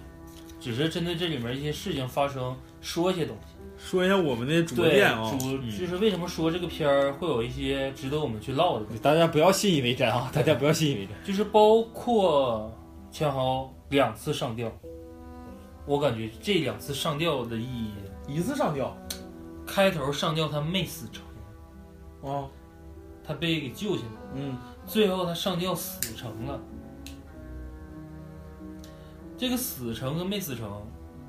Speaker 2: 只是针对这里面一些事情发生说一些东西。
Speaker 5: 说一下我们的主播
Speaker 2: 对，
Speaker 5: 店啊，
Speaker 2: 主就是为什么说这个片儿会有一些值得我们去唠的地方，
Speaker 7: 嗯大家不要信以为真啊！大家不要信以为真。
Speaker 2: 就是包括钱豪两次上吊，我感觉这两次上吊的意义，
Speaker 5: 一次上吊
Speaker 2: 开头上吊他没死成，
Speaker 5: 啊，
Speaker 2: 他被给救下来，
Speaker 5: 嗯，
Speaker 2: 最后他上吊死成了。这个死成跟没死成，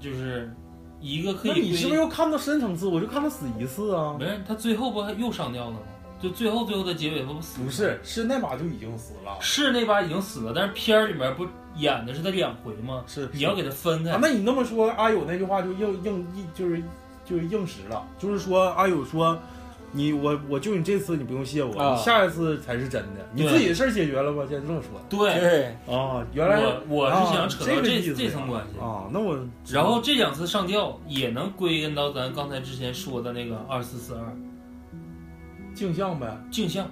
Speaker 2: 就是一个可
Speaker 5: 那
Speaker 2: 以
Speaker 5: 你
Speaker 2: 归
Speaker 5: 是不是又看到深层次？我就看他死一次啊
Speaker 2: 没，人，他最后不还又上吊了吗？就最后最后的结尾他不死了吗
Speaker 5: 不是，是那把就已经死了，
Speaker 2: 是那把已经死了，但是片儿里面不演的是他两回吗？
Speaker 5: 是
Speaker 2: 你要给他分开。
Speaker 5: 啊，那你那么说，阿友那句话就应应应就是就是应时了，就是说阿友说，你我我救你这次你不用谢我，
Speaker 7: 啊
Speaker 5: 你下一次才是真的，你
Speaker 2: 对
Speaker 5: 自己的事儿解决了吧？现在这么说
Speaker 2: 对，
Speaker 7: 对，
Speaker 5: 啊，原来
Speaker 2: 我我是想扯
Speaker 5: 啊
Speaker 2: 到
Speaker 5: 这个
Speaker 2: 这
Speaker 5: 意思呀
Speaker 2: 层关系。
Speaker 5: 啊，那我
Speaker 2: 然后这两次上吊也能归根到咱刚才之前说的那个二四四二
Speaker 5: 镜像呗
Speaker 2: 镜像，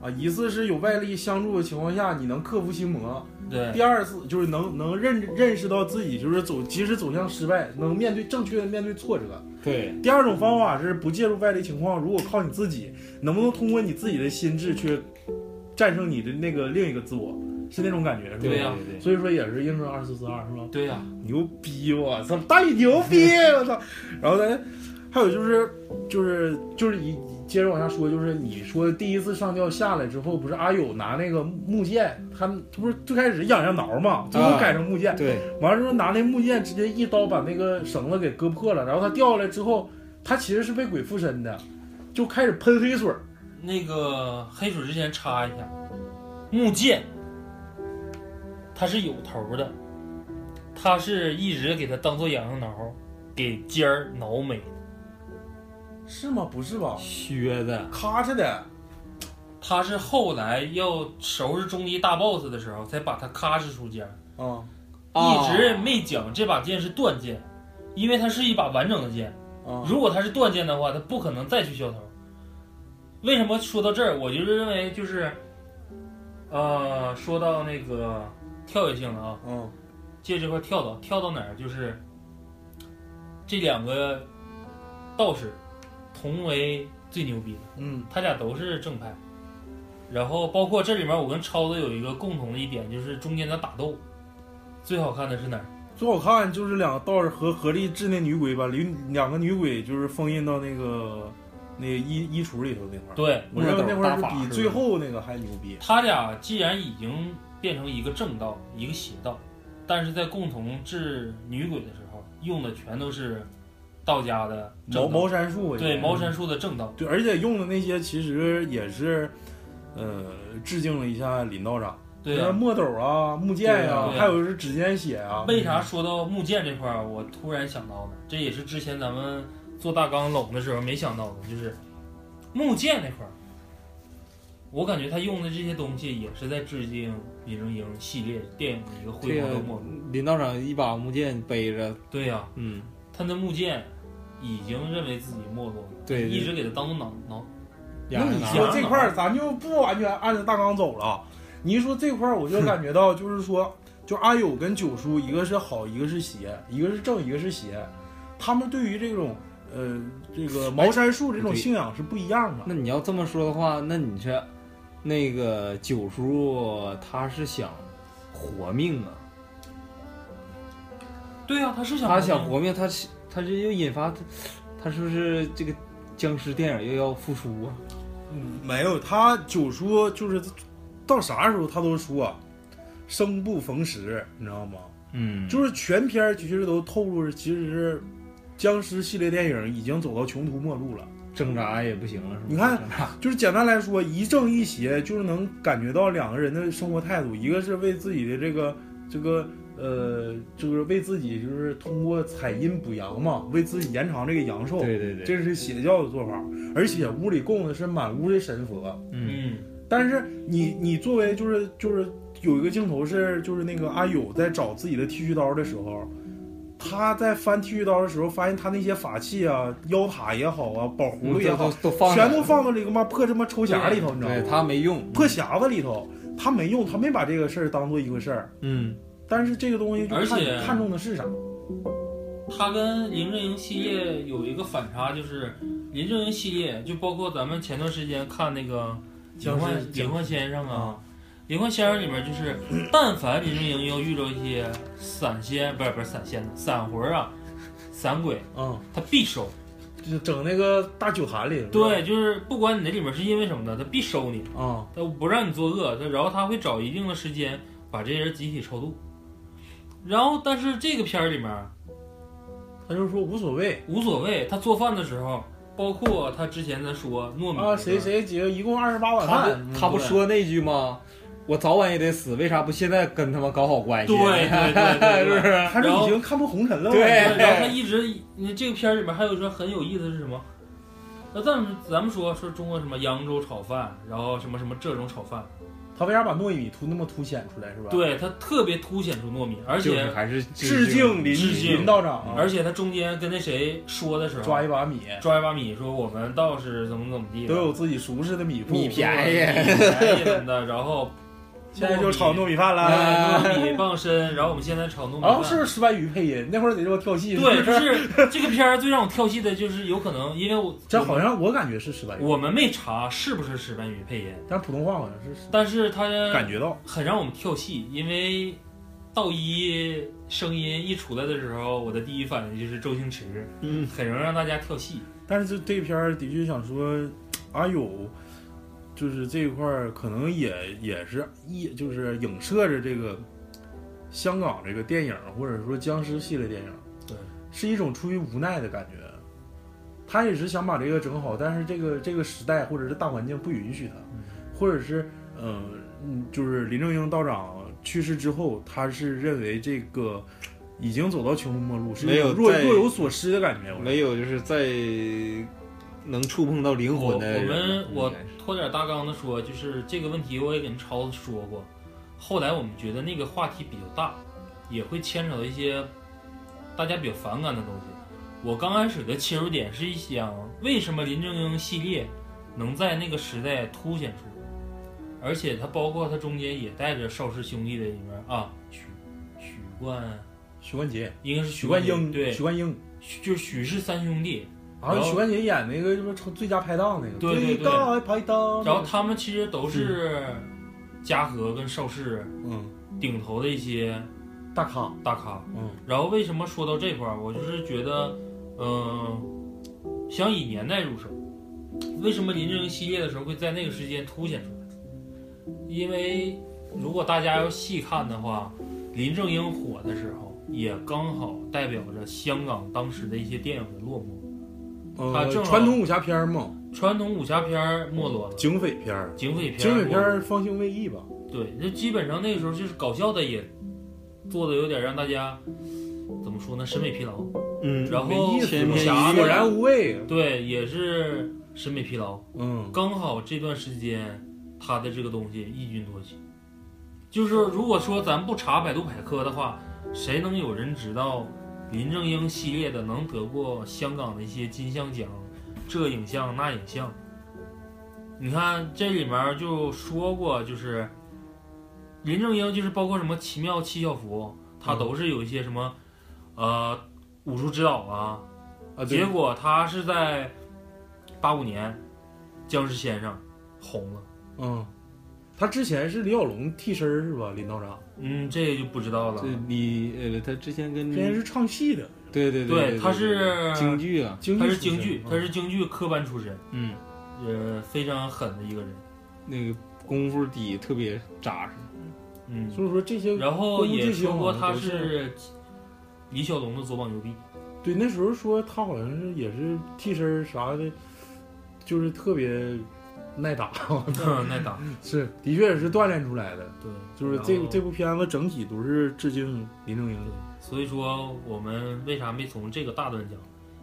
Speaker 5: 啊，一次是有外力相助的情况下，你能克服心魔；第
Speaker 2: 对
Speaker 5: 二次就是能能认认识到自己就是走及时走向失败，能面对正确的面对挫折。
Speaker 7: 对，
Speaker 5: 第二种方法是不介入外力情况，如果靠你自己，能不能通过你自己的心智去战胜你的那个另一个自我，是那种感觉，是吧？
Speaker 2: 对呀
Speaker 7: 对对
Speaker 5: 所以说也是印证二四四二，是吧？
Speaker 2: 对呀、
Speaker 5: 牛逼，我操，大宇牛逼，我操！然后咱还有就是就是就是一接着往下说，就是你说第一次上吊下来之后，不是阿友拿那个木剑，他们他不是最开始痒痒挠嘛，最后
Speaker 7: 啊
Speaker 5: 改成木剑，
Speaker 7: 对，
Speaker 5: 完了之后拿那木剑直接一刀把那个绳子给割破了，然后他掉下来之后，他其实是被鬼附身的，就开始喷黑水儿。
Speaker 2: 那个黑水之前插一下，木剑，它是有头的，它是一直给它当做痒痒挠，给尖儿挠没的。
Speaker 5: 是吗？不是吧？
Speaker 7: 削的，
Speaker 5: 咔嚓的，
Speaker 2: 他是后来要收拾终极大 boss 的时候，才把他咔哧出家，
Speaker 5: 啊
Speaker 7: 哦
Speaker 2: 一直没讲这把剑是断剑，因为它是一把完整的剑。
Speaker 5: 啊！
Speaker 2: 如果它是断剑的话，它不可能再去削头。为什么说到这儿，我就是认为就是，呃，说到那个跳跃性了啊，
Speaker 5: 嗯
Speaker 2: 借这块跳到跳到哪儿，就是这两个道士同为最牛逼的。
Speaker 5: 嗯
Speaker 2: 他俩都是正派。然后包括这里面，我跟超子有一个共同的一点，就是中间的打斗，最好看的是哪儿？
Speaker 5: 最好看就是两个道士合合力治那女鬼，把两两个女鬼就是封印到那个那个衣衣橱里头那块儿。
Speaker 2: 对
Speaker 5: 我认为那块儿
Speaker 7: 木头
Speaker 5: 是
Speaker 7: 大法
Speaker 5: 比
Speaker 7: 是吧
Speaker 5: 最后那个还牛逼。
Speaker 2: 他俩既然已经变成一个正道，一个邪道，但是在共同治女鬼的时候，用的全都是道家的
Speaker 5: 茅
Speaker 2: 正道，
Speaker 5: 茅山术，我觉得嗯
Speaker 2: 对茅山术的正道，
Speaker 5: 对，而且用的那些其实也是，呃，致敬了一下林道长。
Speaker 2: 对
Speaker 5: 就是
Speaker 2: 啊。
Speaker 5: 墨斗啊、木剑呀、
Speaker 2: 对啊
Speaker 5: 还有是指尖血啊。
Speaker 2: 为啥说到木剑这块儿，我突然想到的，这也是之前咱们做大纲拢的时候没想到的，就是木剑那块儿，我感觉他用的这些东西也是在致敬林正英系列电影的一个
Speaker 7: 这
Speaker 2: 辉煌
Speaker 7: 个
Speaker 2: 的末路。
Speaker 7: 林道长一把木剑背着，
Speaker 2: 对呀、
Speaker 7: 嗯，
Speaker 2: 他那木剑已经认为自己没落了，
Speaker 7: 对
Speaker 2: 一直给他当做脑脑。
Speaker 5: 那你
Speaker 2: 拿
Speaker 5: 说这块
Speaker 2: 啊
Speaker 5: 儿，咱就不完全按照大纲走了。你一说这块儿，我就感觉
Speaker 2: (laughs)
Speaker 5: 到，就是说，就阿友跟九叔，一个是好，一个是邪，一个是正，一个是邪。他们对于这种呃这个茅山术这种
Speaker 7: 对
Speaker 5: 信仰是不一样的。
Speaker 7: 那你要这么说的话，那你这那个九叔他是想活命啊，
Speaker 2: 对呀、啊他是想
Speaker 7: 他想活命，他是他这又引发他他是不是这个僵尸电影又要复苏啊？
Speaker 5: 嗯没有，他九叔就是到啥时候他都说、生不逢时，你知道吗？
Speaker 7: 嗯
Speaker 5: 就是全片儿其实都透露着，其实是僵尸系列电影已经走到穷途末路了。
Speaker 7: 挣扎也不行了，是吧？
Speaker 5: 你看
Speaker 7: 挣扎，
Speaker 5: 就是简单来说，一正一邪，就是能感觉到两个人的生活态度，一个是为自己的这个这个呃，就是为自己就是通过采阴补阳嘛，为自己延长这个阳寿，
Speaker 7: 对对对，
Speaker 5: 这是邪教的做法。而且屋里供的是满屋的神佛，
Speaker 7: 嗯
Speaker 2: 嗯，
Speaker 5: 但是你你作为就是就是有一个镜头是就是那个阿友在找自己的剃须刀的时候，他在翻剃须刀的时候，发现他那些法器啊，妖塔也好啊，宝葫芦也
Speaker 7: 都
Speaker 5: 好
Speaker 7: 都，都嗯放
Speaker 5: 全
Speaker 7: 着
Speaker 5: 都放到这个嘛破这么抽匣里头，你知道
Speaker 7: 对
Speaker 5: 吗？
Speaker 7: 他没用，
Speaker 5: 破匣子里头，他没用，他没把这个事儿当做一回事儿。
Speaker 7: 嗯，
Speaker 5: 但是这个东西就
Speaker 2: 而
Speaker 5: 看
Speaker 2: 且
Speaker 5: 看重的是啥？
Speaker 2: 它跟林正英系列有一个反差，就是林正英系列，就包括咱们前段时间看那个《
Speaker 5: 僵尸
Speaker 2: 警幻
Speaker 5: 僵
Speaker 2: 警幻先生》啊，《灵幻先生》里面就是，但凡林正英要遇到一些散仙，不是不是散仙，散魂儿啊，散鬼，
Speaker 5: 嗯，
Speaker 2: 他必收。
Speaker 5: 就是整那个大酒坛里，是吧，
Speaker 2: 对，就是不管你那里面是因为什么呢，他必收你，
Speaker 5: 啊，
Speaker 7: 嗯
Speaker 2: 他不让你作恶，他然后他会找一定的时间把这些人集体超度。然后，但是这个片儿里面
Speaker 5: 他就说无所谓
Speaker 2: 无所谓，他做饭的时候，包括他之前他说糯米
Speaker 5: 啊，谁谁几个一共二十八碗
Speaker 7: 他
Speaker 5: 饭，嗯
Speaker 7: 不他不
Speaker 5: 对
Speaker 7: 说那句吗？我早晚也得死，为啥不现在跟他们搞好关系？啊
Speaker 2: 对对对对对，
Speaker 7: 是不是？
Speaker 5: 他 (laughs) 是已经看破红尘了，
Speaker 7: 对
Speaker 5: 我感觉
Speaker 2: 然后他一直，你这个片儿里面还有一个很有意思是什么？那咱们咱们说说中国什么扬州炒饭，然后什么什么这种炒饭，
Speaker 5: 他为啥把糯米凸那么凸显出来是吧？，
Speaker 2: 对它特别凸显出糯米，而
Speaker 7: 就是
Speaker 2: 且
Speaker 7: 还是
Speaker 5: 致敬林
Speaker 2: 致敬
Speaker 5: 林道长
Speaker 7: 嗯
Speaker 5: 啊，
Speaker 2: 而且它中间跟那谁说的时候，
Speaker 5: 抓
Speaker 2: 抓
Speaker 5: 一把米，
Speaker 2: 一把米说我们道士怎么怎么地
Speaker 5: 都有自己熟识的米铺，
Speaker 7: 米便宜。
Speaker 2: 便宜什么的， (laughs) 然后
Speaker 5: (laughs) 现在就炒糯米饭啦。
Speaker 2: 哎糯米棒身，然后我们现在炒糯米
Speaker 5: 然后
Speaker 2: 饭，
Speaker 5: 是不是石白鱼配音？那会儿得给我跳戏，
Speaker 2: 对，就是这个片儿最让我跳戏的就是有可能因为我
Speaker 5: 这好像我感觉是石白鱼，
Speaker 2: 我们没查是不是石斑鱼配音，
Speaker 5: 但普通话好像是
Speaker 2: 但是他
Speaker 5: 感觉到
Speaker 2: 很让我们跳戏，因为道一声音一出来的时候，我的第一反应就是周星驰，
Speaker 7: 嗯，
Speaker 2: 很能让大家跳戏。
Speaker 5: 但是就这片儿的确想说，哎呦，就是这块儿可能也也是一就是影射着这个香港这个电影或者说僵尸系列电影，
Speaker 2: 对，
Speaker 5: 是一种出于无奈的感觉。他也是想把这个整好，但是这个这个时代或者是大环境不允许他，
Speaker 2: 嗯
Speaker 5: 或者是嗯嗯，就是林正英道长去世之后，他是认为这个已经走到穷途末路，是一
Speaker 7: 没
Speaker 5: 种
Speaker 7: 有
Speaker 5: 若
Speaker 7: 在
Speaker 5: 若有所思的感觉。我觉得
Speaker 7: 没有，就是在能触碰到灵
Speaker 2: 我
Speaker 7: 魂
Speaker 2: 我
Speaker 7: 的人
Speaker 2: 们我
Speaker 7: 应该是
Speaker 2: 拖点大纲的说，就是这个问题我也跟超子说过，后来我们觉得那个话题比较大，也会牵扯到一些大家比较反感的东西。我刚开始的切入点是一想，为什么林正英系列能在那个时代凸显出，而且它包括它中间也带着邵氏兄弟的里面啊，许许冠
Speaker 5: 许冠杰。
Speaker 2: 应该是
Speaker 5: 许
Speaker 2: 许
Speaker 5: 冠
Speaker 2: 英
Speaker 5: 英，
Speaker 2: 对
Speaker 5: 许，冠英，
Speaker 2: 许就是许氏三兄弟，
Speaker 5: 好像许冠杰演那个什么成最佳拍档那个，
Speaker 2: 对对对
Speaker 5: 最佳拍档，
Speaker 2: 然后他们其实都是嘉禾跟邵氏
Speaker 5: 嗯，
Speaker 2: 顶头的一些
Speaker 5: 大咖，
Speaker 2: 大咖。
Speaker 5: 嗯，
Speaker 2: 然后为什么说到这块儿，我就是觉得，嗯、想以年代入手。为什么林正英系列的时候会在那个时间凸显出来？因为如果大家要细看的话，林正英火的时候，也刚好代表着香港当时的一些电影的落幕，他
Speaker 5: 呃，
Speaker 2: 啊正好
Speaker 5: 传统武侠片儿嘛，
Speaker 2: 传统武侠片儿没落了，
Speaker 5: 警匪片儿，
Speaker 2: 警匪片
Speaker 5: 警
Speaker 2: 儿
Speaker 5: 匪
Speaker 2: 没
Speaker 5: 片
Speaker 2: 落了
Speaker 5: 儿方兴未艾吧，
Speaker 2: 对，那基本上那个时候就是搞笑的也做的有点让大家怎么说呢，审美疲劳。
Speaker 7: 嗯，
Speaker 2: 然后
Speaker 5: 没意思
Speaker 2: 武
Speaker 5: 嘛，
Speaker 2: 侠
Speaker 5: 索
Speaker 2: 的
Speaker 5: 然无味，
Speaker 2: 对，也是审美疲劳。
Speaker 5: 嗯，
Speaker 2: 刚好这段时间他的这个东西异军突起，就是如果说咱不查百度百科的话，谁能有人知道林正英系列的能得过香港的一些金像奖，这影像那影像？你看这里面就说过，就是林正英，就是包括什么奇妙七校服，他都是有一些什么，呃，武术指导啊，
Speaker 5: 啊，
Speaker 2: 结
Speaker 5: 对，
Speaker 2: 果他是在八五年，僵尸先生红了。
Speaker 5: 嗯，他之前是李小龙替身儿是吧？林道长
Speaker 2: 嗯，这个就不知道了
Speaker 7: 这。李呃，他之前
Speaker 2: 嗯
Speaker 7: 跟
Speaker 5: 啊之前是唱戏的，
Speaker 7: 对对
Speaker 2: 对
Speaker 7: 对，
Speaker 2: 他是
Speaker 7: 京剧啊，
Speaker 5: 京剧
Speaker 2: 他是
Speaker 5: 出身嗯
Speaker 2: 京剧，他是京剧科班出身，
Speaker 7: 嗯，
Speaker 2: 呃，非常狠的一个人。
Speaker 7: 那个功夫底特别扎实，
Speaker 5: 嗯
Speaker 2: 嗯，
Speaker 5: 所以说这些
Speaker 2: 然后也说过他
Speaker 5: 功夫之
Speaker 2: 是李小龙的左膀
Speaker 5: (laughs)
Speaker 2: 右臂。
Speaker 5: 对，那时候说他好像是也是替身儿啥的，就是特别耐打， (laughs)
Speaker 2: 那打
Speaker 5: 是的确也是锻炼出来的。
Speaker 2: 对，
Speaker 5: 就是这
Speaker 2: 然后
Speaker 5: 这部片子整体都是致敬林正英的。
Speaker 2: 所以说我们为啥没从这个大段讲？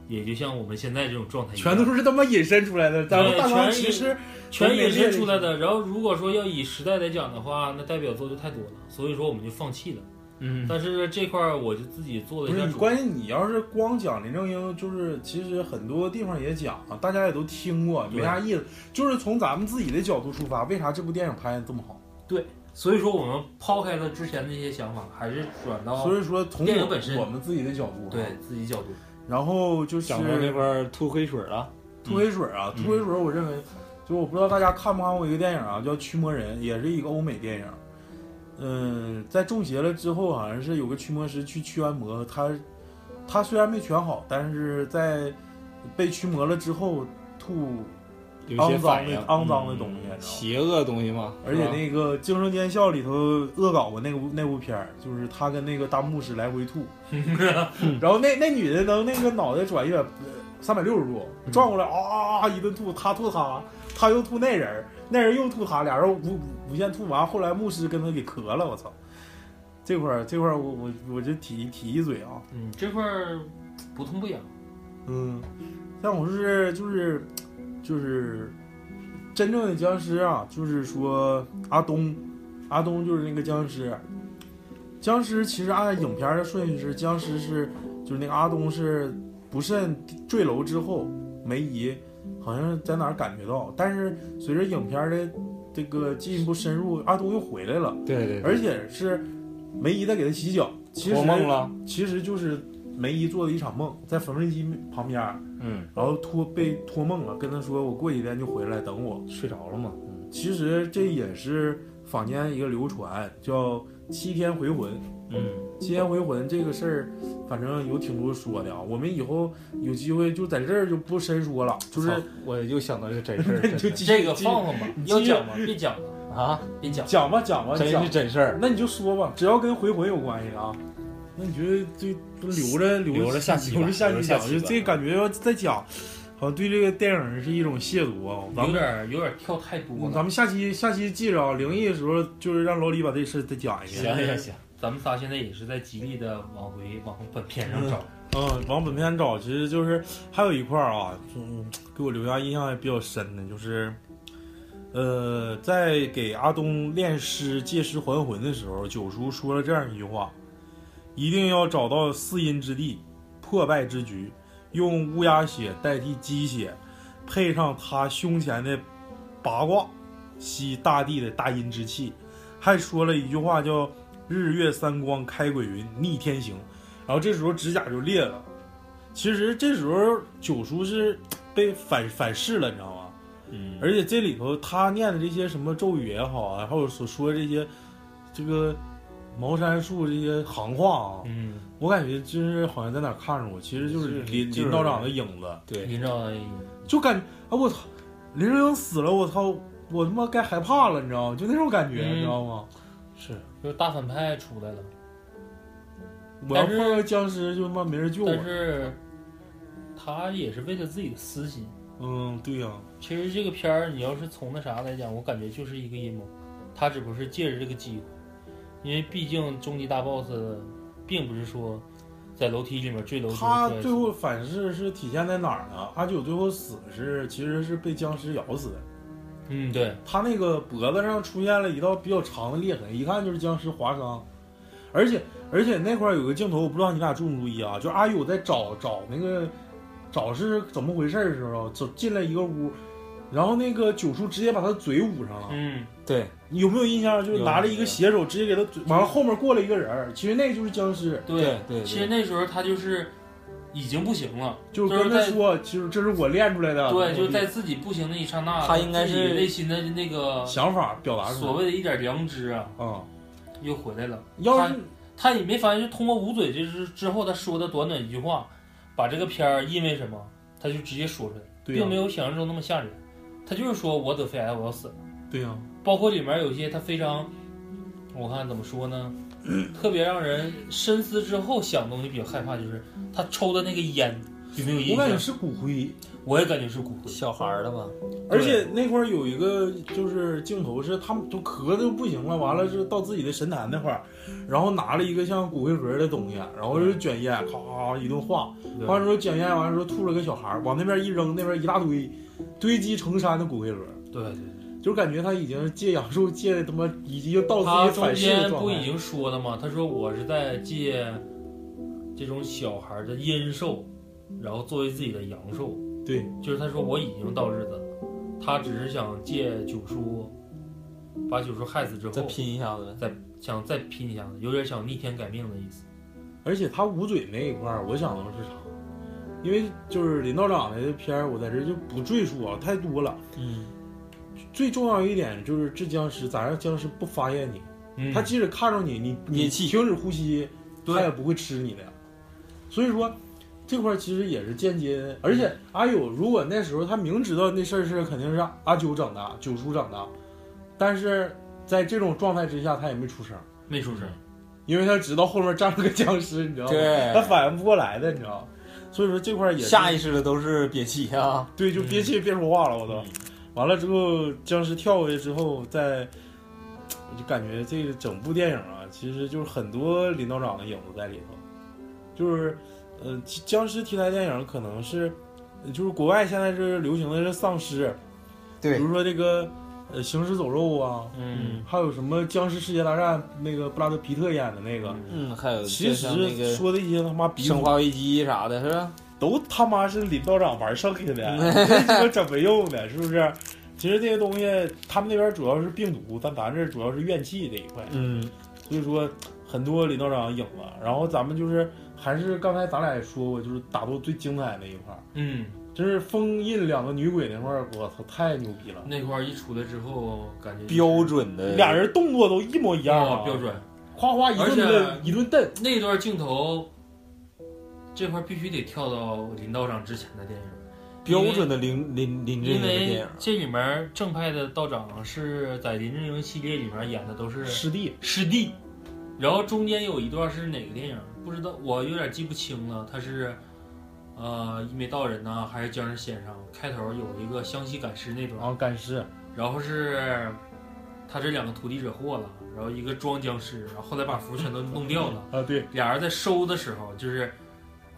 Speaker 2: 也就像我们现在这种状态一样，
Speaker 5: 全都是他妈引申出来的，咱们
Speaker 2: 哎对
Speaker 5: 大纲
Speaker 2: 全
Speaker 5: 其实
Speaker 2: 全引申出来的。然后如果说要以时代来讲的话，那代表作就太多了，所以说我们就放弃了。
Speaker 7: 嗯，
Speaker 2: 但是这块儿我就自己
Speaker 5: 不
Speaker 2: 做了一
Speaker 5: 是
Speaker 2: 下
Speaker 5: 你，
Speaker 2: 主，
Speaker 5: 关键你要是光讲林正英，就是其实很多地方也讲，大家也都听过，没啥意思。就是从咱们自己的角度出发，为啥这部电影拍的这么好？
Speaker 2: 对，所以说我们抛开了之前那些想法，还是转到
Speaker 5: 所以说从
Speaker 2: 哦电影本身
Speaker 5: 我们自己的角度，
Speaker 2: 对，自己角度。
Speaker 5: 然后就是
Speaker 7: 讲到那块儿吐黑水了，
Speaker 5: 吐黑水啊，
Speaker 2: 嗯
Speaker 5: 吐黑水，我认为就我不知道大家看没看过一个电影啊，叫《驱魔人》，也是一个欧美电影。嗯，在中邪了之后，好像是有个驱魔师去驱完魔，他他虽然没全好，但是在被驱魔了之后吐
Speaker 7: 有一些
Speaker 5: 肮脏
Speaker 7: 反应嗯
Speaker 5: 的，肮脏的东西，你知道吗
Speaker 7: 邪恶东西嘛，
Speaker 5: 而且
Speaker 7: 是吧
Speaker 5: 那个《惊声尖笑》里头恶搞过那部那部片儿，就是他跟那个大牧师来回吐，然后那那女的能那个脑袋转一百三百六十度，转过来啊一顿吐，他吐他，他又吐那人儿，那人又吐他，俩人无无限吐完，后来牧师跟他给磕了，我操！这块儿这块儿我我我就提提一嘴啊，
Speaker 2: 嗯，这块儿不痛不痒。
Speaker 5: 嗯，但我是就是就是真正的僵尸啊，就是说阿东，阿东就是那个僵尸。僵尸其实按影片的顺序是，僵尸是就是那个阿东是不慎坠楼之后梅姨好像是在哪儿感觉到，但是随着影片的这个进一步深入，阿东又回来了，
Speaker 7: 对对对，
Speaker 5: 而且是梅姨在给他洗脚。其实
Speaker 7: 托梦了，
Speaker 5: 其实就是梅姨做的一场梦，在缝纫机旁边，
Speaker 7: 嗯，
Speaker 5: 然后托被托梦了，跟她说我过几天就回来，等我。
Speaker 7: 睡着了嘛，嗯
Speaker 5: 其实这也是坊间一个流传，叫七天回魂。
Speaker 2: 嗯，
Speaker 5: 七天回魂这个事儿，反正有挺多说的啊。我们以后有机会就在这儿就不深说了，就是
Speaker 7: 操我又想到这个真事儿真的，
Speaker 5: 就
Speaker 2: 这个
Speaker 5: 继续
Speaker 2: 放放吧，
Speaker 5: 继续
Speaker 2: 要讲吗？别讲了，
Speaker 7: 啊，
Speaker 2: 别讲。
Speaker 5: 讲吧讲吧
Speaker 7: 真
Speaker 5: 讲
Speaker 7: 是，真事儿，
Speaker 5: (laughs) 那你就说吧，只要跟回魂有关系的啊。那你觉得就都留着留
Speaker 7: 留着下期吧
Speaker 5: 留着下
Speaker 7: 留着
Speaker 5: 讲
Speaker 7: 下，期
Speaker 5: 就
Speaker 7: 吧
Speaker 5: 这感觉要再讲，好像对这个电影是一种亵渎啊。咱们
Speaker 2: 有点儿有点儿跳太多
Speaker 5: 嗯咱
Speaker 2: 了。
Speaker 5: 们下期下期记着啊，灵异的时候就是让老李把这事再讲嗯一遍。
Speaker 7: 行行行，
Speaker 2: 咱们仨现在也是在极力的往回往本片上找。
Speaker 5: 嗯，往本片找，其实就是还有一块儿啊，嗯，给我留下印象也比较深的，就是，呃，在给阿东练尸借尸还魂的时候，九叔说了这样一句话：一定要找到四阴之地，破败之局，用乌鸦血代替鸡血，配上他胸前的八卦，吸大地的大阴之气。还说了一句话叫“日月三光开鬼云，逆天行”。然后这时候指甲就裂了。其实这时候九叔是被反反噬了，你知道吗？
Speaker 7: 嗯，
Speaker 5: 而且这里头他念的这些什么咒语也好啊，还有所说这些这个茅山术这些行话啊，
Speaker 2: 嗯，
Speaker 5: 我感觉真是好像在哪儿看着过，其实就是
Speaker 7: 是
Speaker 5: 林
Speaker 7: 就是
Speaker 5: 林道长的影子，
Speaker 7: 对，
Speaker 2: 林兆
Speaker 5: 就感觉啊我操，林正英死了，我操，我他妈该害怕了，你知道吗？就那种感觉，
Speaker 2: 嗯
Speaker 5: 你知道吗？
Speaker 7: 是
Speaker 2: 就是大反派出来了，
Speaker 5: 我要
Speaker 2: 但是
Speaker 5: 碰上僵尸就他妈没人救我
Speaker 2: 但。是他也是为了自己的私心。
Speaker 5: 嗯，对呀、
Speaker 2: 其实这个片儿，你要是从那啥来讲，我感觉就是一个阴谋，他只不过是借着这个机会，因为毕竟终极大 boss 并不是说在楼梯里面坠楼时
Speaker 5: 他
Speaker 2: 摔死
Speaker 5: 最后反噬是体现在哪儿呢？阿九最后死是其实是被僵尸咬死的，
Speaker 2: 嗯对，
Speaker 5: 他那个脖子上出现了一道比较长的裂痕，一看就是僵尸划伤。而且而且那块儿有个镜头，我不知道你俩注没注意啊？就阿九在找找那个找是怎么回事儿的时候，走进来一个屋，然后那个九叔直接把他嘴捂上了。
Speaker 2: 嗯
Speaker 7: 对，
Speaker 5: 你有没有印象？就是拿着一个血手直接给他嘴，完了后面过来一个人儿，其实那就是僵尸，
Speaker 2: 对
Speaker 7: 对对
Speaker 2: 其实那时候他就是已经不行了，
Speaker 5: 就是
Speaker 2: 就是
Speaker 5: 跟他
Speaker 2: 在
Speaker 5: 说，其实这是我练出来的。
Speaker 2: 啊对，就是
Speaker 5: 是
Speaker 2: 在自己不行的一刹那，
Speaker 7: 他应该
Speaker 2: 自己
Speaker 7: 是
Speaker 2: 内心的那个
Speaker 5: 想法表达出来。
Speaker 2: 所谓的一点良知啊，
Speaker 5: 啊、
Speaker 2: 又回来了。
Speaker 5: 要是
Speaker 2: 他你没发现，就通过捂嘴这之之后，他说的短短一句话，把这个片儿因为什么，他就直接说出来，
Speaker 5: 对呀、啊
Speaker 2: 并没有想象中那么吓人。他就是说我得肺癌，我要死了。
Speaker 5: 对呀、
Speaker 2: 包括里面有一些他非常，我看怎么说呢，特别让人深思之后想东西比较害怕，就是他抽的那个烟有没有
Speaker 5: 我
Speaker 2: 印
Speaker 5: 感觉
Speaker 2: 象？
Speaker 5: 是骨灰，
Speaker 2: 我也感觉是骨灰。
Speaker 7: 小孩儿的吧，
Speaker 5: 而且那块儿有一个就是镜头是他们都咳的不行了，完了是到自己的神坛那块儿，然后拿了一个像骨灰盒的东西，然后就卷烟，咔咔一顿化，完了之后卷烟，完了之后吐了个小孩儿，往那边一扔，那边一大堆，堆积成山的骨灰盒，
Speaker 2: 对对对。
Speaker 5: 就感觉他已经戒养寿戒的他妈已经到
Speaker 2: 他
Speaker 5: 自己
Speaker 2: 中
Speaker 5: 反噬的
Speaker 2: 间
Speaker 5: 状
Speaker 2: 不已
Speaker 5: 态。
Speaker 2: 经说了吗？他说我是在借这种小孩的阴寿，然后作为自己的阳寿。
Speaker 5: 对，
Speaker 2: 就是他说我已经到日子了，他只是想借九叔把九叔害死之
Speaker 7: 再
Speaker 2: 后，
Speaker 7: 拼一下子呗。
Speaker 2: 想再拼一下子，有点想逆天改命的意思。
Speaker 5: 而且他捂嘴那一块儿，我想到是啥？因为就是林道长的片儿，我在这就不赘述啊，太多了。
Speaker 7: 嗯，
Speaker 5: 最重要一点就是治僵尸，咋让僵尸不发现你？
Speaker 2: 嗯
Speaker 5: 他即使看着你，你
Speaker 7: 憋气
Speaker 5: 停止呼吸，
Speaker 2: 对
Speaker 5: 他也不会吃你的。所以说，这块儿其实也是间接。而且
Speaker 7: 嗯
Speaker 5: 阿友如果那时候他明知道那事儿是肯定是阿九长大，九叔长大，但是在这种状态之下，他也没出声，
Speaker 2: 没出声，
Speaker 5: 因为他知道后面站了个僵尸，你知道吗？
Speaker 7: 对
Speaker 5: 他反应不过来的，你知道吗。所以说这块儿也是
Speaker 7: 哎哦 (laughs) 下意识的都是憋气啊。
Speaker 5: 对，就憋气别说话了，我都
Speaker 7: 嗯。
Speaker 5: 完了之后，僵尸跳过去之后，再，我就感觉这个整部电影啊，其实就是很多林道长的影子在里头。就是，呃，其僵尸题材电影可能是，呃就是国外现在是流行的是丧尸，
Speaker 6: 对
Speaker 5: 比如说这个，呃，行尸走肉啊，
Speaker 2: 嗯，
Speaker 5: 还有什么僵尸世界大战那个布拉德皮特演的那个，
Speaker 7: 嗯，还有
Speaker 5: 其
Speaker 7: 就像那
Speaker 5: 实
Speaker 7: 个
Speaker 5: 说的一些他妈鼻祖
Speaker 7: 生化危机啥的，是吧？
Speaker 5: 都他妈是林道长玩剩下的，这鸡巴整没用的，是不是？其实这些东西，他们那边主要是病毒，但咱这主要是怨气这一块，
Speaker 7: 嗯，
Speaker 5: 所以说很多林道长影了。然后咱们就是还是刚才咱俩也说过，就是打斗最精彩那一块儿，
Speaker 2: 嗯，
Speaker 5: 就是封印两个女鬼那块儿，我操，太牛逼了！
Speaker 2: 那块儿一出来之后，感觉就是
Speaker 7: 标准的
Speaker 5: 俩人动作都一模一样啊，
Speaker 2: 哦标，准。
Speaker 5: 夸夸一
Speaker 2: 而
Speaker 5: 顿
Speaker 2: 且
Speaker 5: 的一顿瞪，
Speaker 2: 那段镜头，这块儿必须得跳到林道长之前的电影，
Speaker 7: 标准的林林林正英
Speaker 2: 因
Speaker 7: 的电
Speaker 2: 为
Speaker 7: 影，
Speaker 2: 这里面正派的道长是在林正英系列里面演的都是
Speaker 5: 师弟，
Speaker 2: 师弟，然后中间有一段是哪个电影不知道，我有点记不清了。他是，呃，一眉道人呢、还是僵尸先生？开头有一个湘西赶尸那
Speaker 5: 然
Speaker 2: 段，
Speaker 5: 后干尸，
Speaker 2: 然后是他这两个徒弟惹祸了，然后一个装僵尸，然后后来把符全都弄掉了。
Speaker 5: 啊，对，
Speaker 2: 俩人在收的时候，就是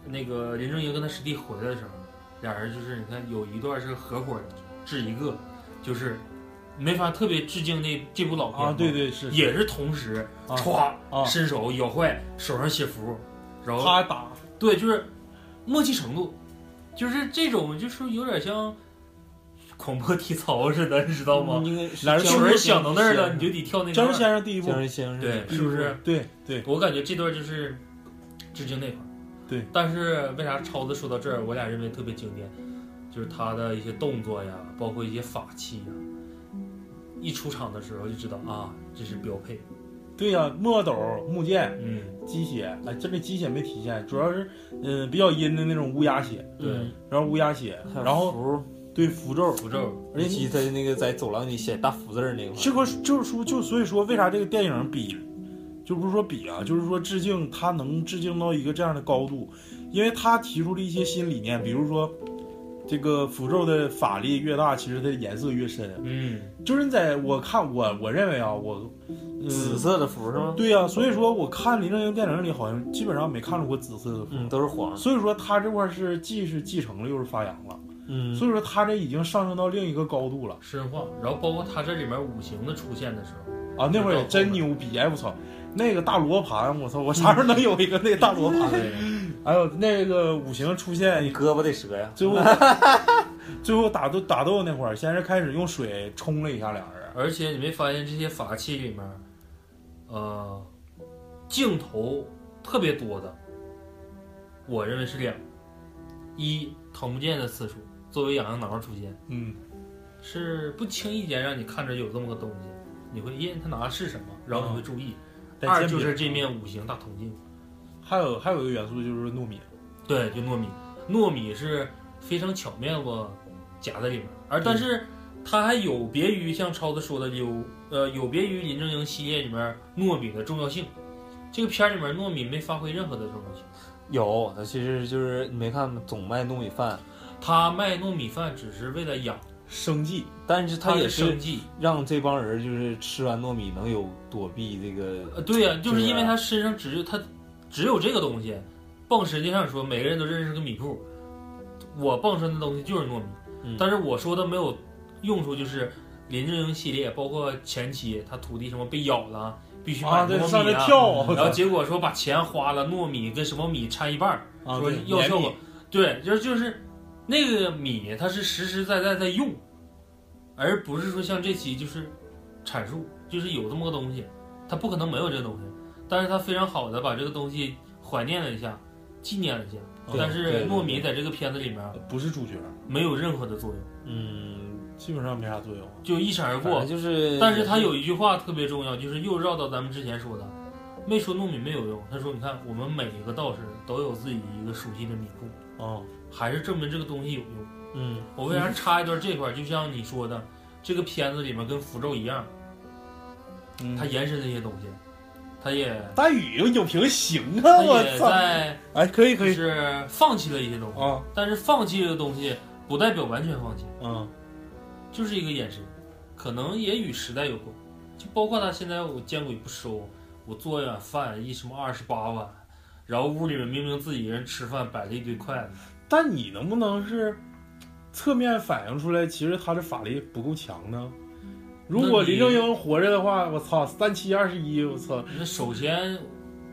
Speaker 2: 那个林正英跟他师弟回来的时候，俩人就是你看有一段是合伙制一个，就是没法特别致敬那这部老片
Speaker 5: 啊，
Speaker 2: 嘛
Speaker 5: 对，对是，
Speaker 2: 也是同时
Speaker 5: 啊
Speaker 2: 歘、
Speaker 5: 啊
Speaker 2: 伸手咬坏，手上写符，然后
Speaker 5: 他打
Speaker 2: 对，就是默契程度，就是这种就是有点像广播体操似的，你知道吗？
Speaker 7: 应该
Speaker 5: 俩人
Speaker 2: 是
Speaker 5: 嗯是
Speaker 2: 不
Speaker 5: 不
Speaker 2: 是
Speaker 5: 是
Speaker 2: 想到那儿了，你就得跳那
Speaker 5: 僵
Speaker 2: 段
Speaker 5: 尸
Speaker 2: 儿？
Speaker 5: 先生第一部
Speaker 7: 僵尸先生
Speaker 2: 对是不是？
Speaker 5: 对对，
Speaker 2: 我感觉这段就是致敬那块儿。
Speaker 5: 对，
Speaker 2: 但是为啥超子说到这儿，我俩认为特别经典，就是他的一些动作呀，包括一些法器呀，一出场的时候就知道啊，这是标配。
Speaker 5: 对呀、墨斗、木剑、
Speaker 2: 嗯，
Speaker 5: 鸡血，哎，这里鸡血没体现，主要是嗯、比较阴的那种乌鸦血，嗯
Speaker 2: 对，
Speaker 5: 然后乌鸦血，然后
Speaker 7: 后
Speaker 5: 对符咒，
Speaker 2: 符咒，
Speaker 5: 而
Speaker 7: 尤
Speaker 5: 且
Speaker 7: 其他那个在走廊里写大福字儿那块儿，
Speaker 5: 这个就是说，就所以说为啥这个电影比，就不是说比啊，就是说致敬，它能致敬到一个这样的高度，因为他提出了一些新理念，比如说。这个符咒的法力越大，其实它的颜色越深。
Speaker 2: 嗯，
Speaker 5: 就是在我看我我认为啊，我、嗯、
Speaker 7: 紫色的福是吗？
Speaker 5: 对呀、所以说我看林正英电影里好像基本上没看出过紫色的符，
Speaker 7: 嗯，都是黄。
Speaker 5: 所以说他这块是既是继承了又是发扬了，
Speaker 7: 嗯，
Speaker 5: 所以说他这已经上升到另一个高度了
Speaker 2: 深化，然后包括他这里面五行的出现的时候，
Speaker 5: 啊！那会儿也真牛逼，哎我操，那个大罗盘，我操，我啥时候能有一个那个大
Speaker 7: (laughs)
Speaker 5: 罗盘？还有那个五行出现，
Speaker 7: 胳膊得折呀。
Speaker 5: 最后 (laughs) 最后打斗打斗那会儿，先是开始用水冲了一下俩人，
Speaker 2: 而且你没发现这些法器里面，呃，镜头特别多的，我认为是两个，一疼不见的次数，作为痒痒挠出现，
Speaker 5: 嗯，
Speaker 2: 是不轻易间让你看着有这么个东西，你会耶，他拿的是什么，然后你会注意。
Speaker 5: 再
Speaker 2: 二
Speaker 5: 见
Speaker 2: 就是
Speaker 5: 面
Speaker 2: 这面五行大铜镜，
Speaker 5: 还有还有一个元素就是糯米，
Speaker 2: 对，就糯米，糯米是非常巧妙的夹在里面，而
Speaker 7: 嗯
Speaker 2: 但是它还有别于像超子说的有呃有别于林正英系列里面糯米的重要性，这个片儿里面糯米没发挥任何的重要性，
Speaker 7: 有，他其实就是你没看总卖糯米饭，
Speaker 2: 他卖糯米饭只是为了养，
Speaker 5: 生计，
Speaker 7: 但是他也
Speaker 2: 是
Speaker 7: 是
Speaker 2: 生计，
Speaker 7: 让这帮人就是吃完糯米能有躲避这
Speaker 2: 呃
Speaker 7: 个，
Speaker 2: 对呀、就是
Speaker 7: 是啊
Speaker 2: 因为他身上只有他只有这个东西，蹦实际上说每个人都认识个米铺，我蹦出来的东西就是糯米。
Speaker 7: 嗯
Speaker 2: 但是我说的没有用处，就是林正英系列，包括前期他徒弟什么被咬了，必须买
Speaker 5: 啊，
Speaker 2: 糯
Speaker 5: 对，
Speaker 2: 米
Speaker 5: 上来跳，我
Speaker 2: 然后
Speaker 5: 操
Speaker 2: 结果说把钱花了，糯米跟什么米掺一半儿，
Speaker 5: 啊，
Speaker 2: 说
Speaker 5: 对
Speaker 2: 要效
Speaker 5: 黏
Speaker 2: 果
Speaker 5: 米，
Speaker 2: 对，就是就是那个米它是实实在在在用，而不是说像这期就是阐述，就是有这么个东西，它不可能没有这个东西，但是它非常好的把这个东西怀念了一下，纪念了一下。
Speaker 5: 对
Speaker 2: 但
Speaker 5: 对
Speaker 2: 是
Speaker 5: 对
Speaker 2: 糯米在这个片子里面
Speaker 5: 不是主角，
Speaker 2: 没有任何的作用，
Speaker 5: 嗯，基本上没啥作用。
Speaker 2: 就一闪而
Speaker 6: 反
Speaker 2: 过
Speaker 6: 正。就是，
Speaker 2: 但是他有一句话特别重要，就是又绕到咱们之前说的，没说糯米没有用。他说：“你看，我们每一个道士都有自己一个熟悉的迷宫，
Speaker 5: 啊，
Speaker 2: 还是证明这个东西有用。”
Speaker 5: 嗯，
Speaker 2: 我为啥插一段这块儿？就像你说的，这个片子里面跟符咒一样，
Speaker 6: 嗯
Speaker 5: 嗯
Speaker 2: 它延伸的一些东西，它也
Speaker 5: 大宇有影评行啊，
Speaker 2: 它
Speaker 5: 我
Speaker 2: 也
Speaker 5: 操！
Speaker 2: 在
Speaker 5: 哎，可以
Speaker 2: 就
Speaker 5: 可以
Speaker 2: 是放弃了一些东西，
Speaker 5: 啊，
Speaker 2: 但是放弃这个东西不代表完全放弃，
Speaker 5: 嗯
Speaker 2: 就是一个延伸，可能也与时代有关，就包括他现在我见鬼不收，我做一碗饭一什么二十八碗，然后屋里面明明自己人吃饭摆了一堆筷子，
Speaker 5: 但你能不能是侧面反映出来，其实他的法力不够强呢？如果
Speaker 2: 那你
Speaker 5: 林正英活着的话，我操，三七二十一，我操，
Speaker 2: 那首先，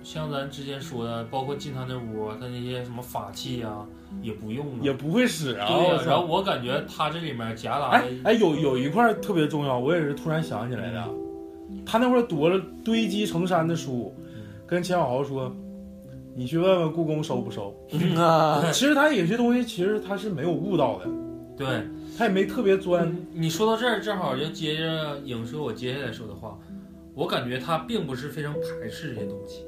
Speaker 2: 像咱之前说的，包括进他那屋，他那些什么法器啊，也不用了。
Speaker 5: 也不会使啊！
Speaker 2: 对
Speaker 5: 我
Speaker 2: 呀、然后
Speaker 5: 操！
Speaker 2: 我感觉他这里面夹杂
Speaker 5: 哎
Speaker 2: 的，
Speaker 5: 哎，有有一块儿特别重要，我也是突然想起来的。
Speaker 2: 嗯
Speaker 5: 他那会儿多了堆积成山的书，跟钱小豪说：“你去问问故宫收不收。
Speaker 6: 嗯啊，”
Speaker 2: 哎
Speaker 5: 其实他有些东西，其实他是没有悟到的，
Speaker 2: 对，
Speaker 5: 他也没特别钻。
Speaker 2: 嗯你说到这儿，正好就接着影射我接下来说的话。我感觉他并不是非常排斥这些东西，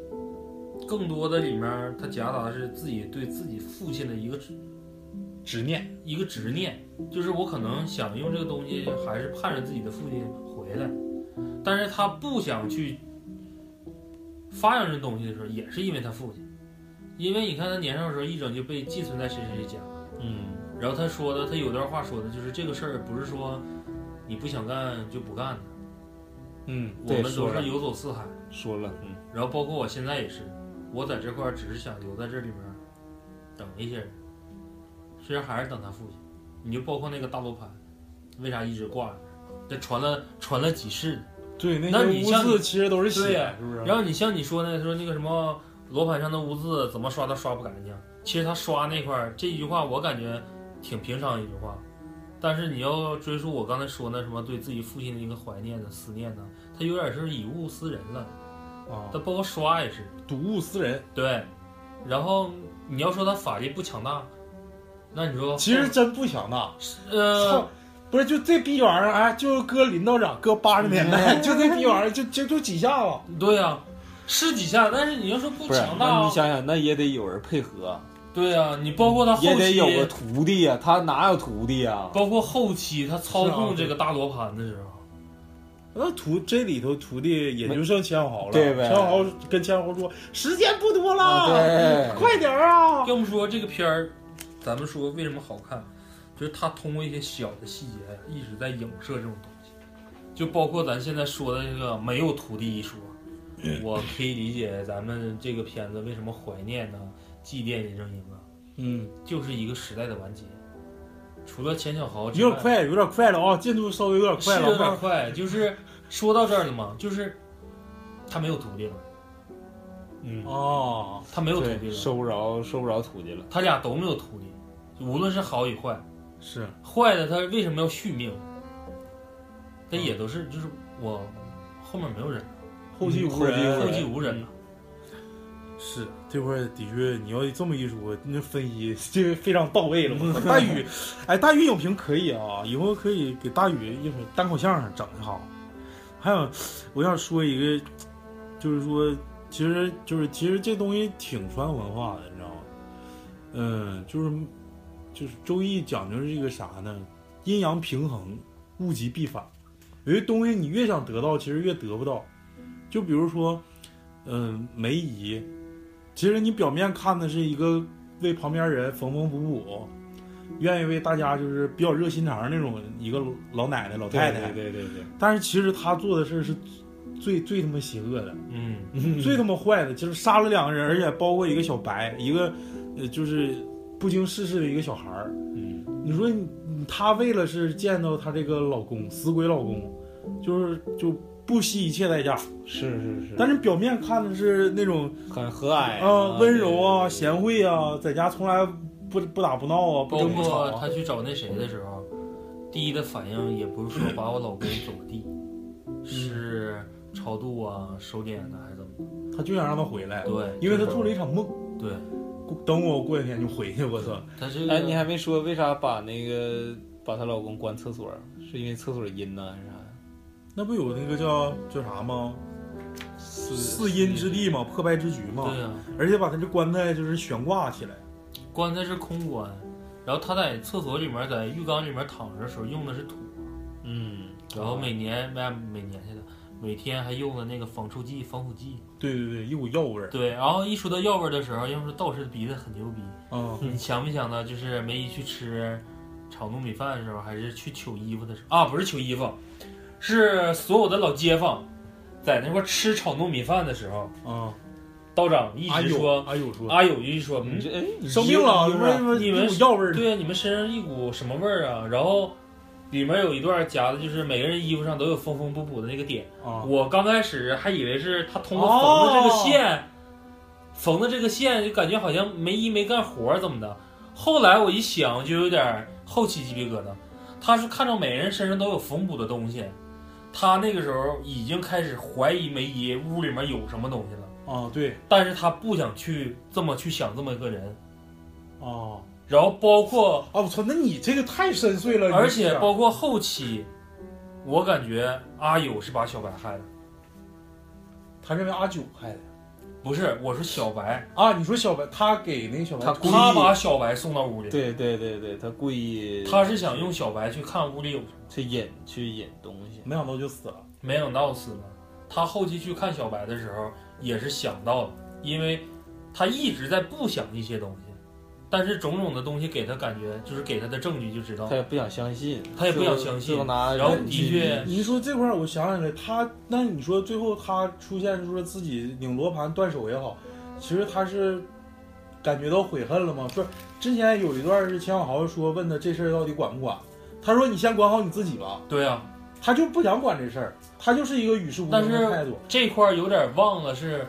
Speaker 2: 更多的里面他夹杂的是自己对自己父亲的一个
Speaker 5: 执念。
Speaker 2: 一个执念，就是我可能想用这个东西，还是盼着自己的父亲回来，但是他不想去发扬这东西的时候，也是因为他父亲，因为你看他年少的时候一整就被寄存在谁谁谁家，
Speaker 5: 嗯
Speaker 2: 然后他说的，他有段话说的就是这个事儿不是说你不想干就不干的，
Speaker 5: 嗯，
Speaker 2: 我
Speaker 6: 对
Speaker 2: 们都
Speaker 6: 说了
Speaker 2: 是游走四海，
Speaker 6: 说了，嗯，
Speaker 2: 然后包括我现在也是，我在这块儿只是想留在这里面儿等一些人，虽然还是等他父亲。你就包括那个大罗盘，为啥一直挂着？这传了传了几世呢。
Speaker 5: 对，那
Speaker 2: 那
Speaker 5: 些
Speaker 2: 你
Speaker 5: 污
Speaker 2: 像
Speaker 5: 渍其实都是
Speaker 2: 对
Speaker 5: 血
Speaker 2: 呀，
Speaker 5: 是不
Speaker 6: 嗯
Speaker 5: 是？
Speaker 2: 然后你像你说那说那个什么罗盘上的污渍怎么刷都刷不干净，其实他刷那块儿这一句话我感觉挺平常的一句话，但是你要追溯我刚才说那什么对自己父亲的一个怀念呢、思念呢，他有点是以物思人了。
Speaker 5: 啊
Speaker 6: 哦
Speaker 2: 他，包括刷也是，
Speaker 5: 睹物思人，
Speaker 2: 对，然后你要说他法力不强大，那你说
Speaker 5: 其实真不强大。
Speaker 2: 呃
Speaker 5: 操，不是就这逼玩意儿，哎，就搁林道长，搁八十年
Speaker 2: 嗯
Speaker 5: 代，就这逼玩意儿，就就就几下子。
Speaker 2: 对呀、是几下，但是你要说不
Speaker 6: 不是，
Speaker 2: 强大
Speaker 6: 那
Speaker 2: 啊
Speaker 6: 你，想想，那也得有人配合，
Speaker 2: 对呀、你包括他后
Speaker 6: 也得
Speaker 2: 期，
Speaker 6: 有个徒弟呀，他哪有徒弟啊呀？
Speaker 2: 包括后期他操
Speaker 5: 是啊
Speaker 2: 控这个大罗盘的时候，
Speaker 5: 那徒这里头徒弟也就剩钱小豪了，
Speaker 6: 对呗
Speaker 5: 钱小豪跟钱小豪说时间不多了，
Speaker 6: 啊对
Speaker 5: 快点儿啊！
Speaker 2: 要么说这个片儿，咱们说为什么好看，就是它通过一些小的细节一直在影射这种东西，就包括咱现在说的这个没有徒弟一说，我可以理解咱们这个片子为什么怀念呢，祭奠林正英啊，
Speaker 5: 嗯，
Speaker 2: 就是一个时代的完结。除了钱小豪之
Speaker 5: 有
Speaker 2: 外，
Speaker 5: 点快，有点快了啊，进度稍微有点
Speaker 2: 是
Speaker 5: 快
Speaker 2: 有点
Speaker 5: 了。
Speaker 2: 快，就是说到这儿了嘛，就是他没有徒弟了，
Speaker 5: 嗯啊，
Speaker 2: 他没有徒弟
Speaker 6: 对，
Speaker 2: 了，
Speaker 6: 收不着，收不着徒弟了。
Speaker 2: 他俩都没有徒弟，无论是好与坏。
Speaker 5: 是
Speaker 2: 坏的他为什么要续命？他也都是就是我后面没有人了，
Speaker 5: 后继无人，
Speaker 2: 后继无人了。
Speaker 6: 嗯
Speaker 5: 是这块儿的确，你要这么一说，那分析这非常到位了。我操大宇，哎，大宇影评可以啊，以后可以给大宇一会儿单口相声整一好。还有，我想说一个，就是说，其实就是其实这东西挺穿文化的，你知道吗？嗯，就是就是《周易》讲究是一个啥呢？阴阳平衡，物极必反。有些东西你越想得到，其实越得不到。就比如说，嗯，梅姨，其实你表面看的是一个为旁边人缝缝补补，愿意为大家就是比较热心肠那种一个老奶奶、老太太，
Speaker 6: 对对对，
Speaker 5: 但是其实她做的事儿是最最他妈邪恶的，
Speaker 2: 嗯，
Speaker 5: (laughs) 最他妈坏的，就是杀了两个人，而且包括一个小白，一个呃就是不经世事的一个小孩儿。
Speaker 6: 嗯，
Speaker 5: 你说你她为了是见到她这个老公死鬼老公，就是就不惜一切代价，
Speaker 6: 是是是，
Speaker 5: 但是表面看的是那种
Speaker 6: 很和
Speaker 2: 哎
Speaker 6: 蔼
Speaker 5: 啊温柔啊
Speaker 6: 对
Speaker 5: 贤惠啊，在家从来不不打不闹啊，不
Speaker 2: 包
Speaker 5: 争不吵
Speaker 2: 括
Speaker 5: 啊。
Speaker 2: 他
Speaker 6: (clears throat)
Speaker 2: 去找那谁的时候，第一的反应也不是说把我老公怎么地，是超度啊、收敛的还是怎么的？
Speaker 5: 他就想让他回来，
Speaker 2: 对，
Speaker 5: 因为他做了一场梦。
Speaker 2: 对，
Speaker 5: 过等我过两天就回去，我操！
Speaker 2: 他这个
Speaker 6: 哎，你还没说为啥把那个把她老公关厕所？是因为厕所阴呢，还是啥呀？
Speaker 5: 那不有那个叫叫啥吗？
Speaker 6: 四
Speaker 5: 四阴之地嘛，破败之局嘛。
Speaker 2: 对呀、啊
Speaker 5: 而且把他这棺材就是悬挂起来，
Speaker 2: 棺材是空棺，然后他在厕所里面，在浴缸里面躺着的时候用的是土，
Speaker 6: 嗯，
Speaker 2: 然后每年每每年去的，每天还用的那个防臭剂、防腐剂。
Speaker 5: 对对对，一股药味儿
Speaker 2: 对，然后一说到药味儿的时候，要说道士的鼻子很牛逼，
Speaker 5: 啊、
Speaker 2: 你想没想到，就是梅姨去吃炒糯米饭的时候，还是去取衣服的时候啊，不是取衣服，是所有的老街坊在那块儿吃炒糯米饭的时候，
Speaker 5: 啊！
Speaker 2: 道长一
Speaker 5: 阿
Speaker 2: 直
Speaker 5: 友
Speaker 2: 说，
Speaker 5: 阿友说
Speaker 2: 阿友就一说，嗯
Speaker 6: 你，这哎，你
Speaker 5: 生病了，
Speaker 6: 是
Speaker 5: 怎
Speaker 6: 不
Speaker 5: 么
Speaker 6: 是？
Speaker 5: 什么
Speaker 2: 你
Speaker 5: 一
Speaker 2: 们
Speaker 5: 股药味儿？
Speaker 2: 对呀，啊你们身上一股什么味儿啊？然后里面有一段夹的，就是每个人衣服上都有缝缝补补的那个点。
Speaker 5: 啊，
Speaker 2: 我刚开始还以为是他通过缝的这个线，缝的这个线就感觉好像没衣没干活儿怎么的。后来我一想，我就有点后起鸡皮疙瘩。他是看到每人身上都有缝补的东西，他那个时候已经开始怀疑梅姨屋里面有什么东西了，
Speaker 5: 啊，对
Speaker 2: 但是他不想去这么去想这么一个人。
Speaker 5: 啊
Speaker 2: 然后包括
Speaker 5: 啊！我操，那你这个太深邃了，
Speaker 2: 而
Speaker 5: 你啊这
Speaker 2: 且
Speaker 5: 个
Speaker 2: 包括后期，我感觉阿友是把小白害的，
Speaker 5: 他认为阿九害的
Speaker 2: 不是，我说小白，
Speaker 5: 啊！你说小白，他给那个小白
Speaker 6: 他故意
Speaker 2: 他把小白送到屋里，
Speaker 6: 对对对对，他故意，
Speaker 2: 他是想用小白去看屋里有什么，
Speaker 6: 去引去引东西。
Speaker 2: 嗯
Speaker 5: 没想到就死了。
Speaker 2: 没想到死了。他后期去看小白的时候也是想到了，因为他一直在不想一些东西，但是种种的东西给他感觉，就是给他的证据就知道
Speaker 6: 他，也不想相信，
Speaker 2: 他也不想相
Speaker 6: 就
Speaker 2: 信
Speaker 6: 就拿
Speaker 2: 然后
Speaker 6: 人
Speaker 2: 的确
Speaker 5: 你说这块儿，我想起来，他那你说最后他出现说自己拧罗盘断手也好，其实他是感觉到悔恨了吗？不是，之前有一段是钱小豪说问他这事儿到底管不管，他说你先管好你自己吧，
Speaker 2: 对啊，
Speaker 5: 他就不想管这事儿，他就是一个与世无
Speaker 2: 但
Speaker 5: 争
Speaker 2: 是
Speaker 5: 的态度。
Speaker 2: 这块儿有点忘了是，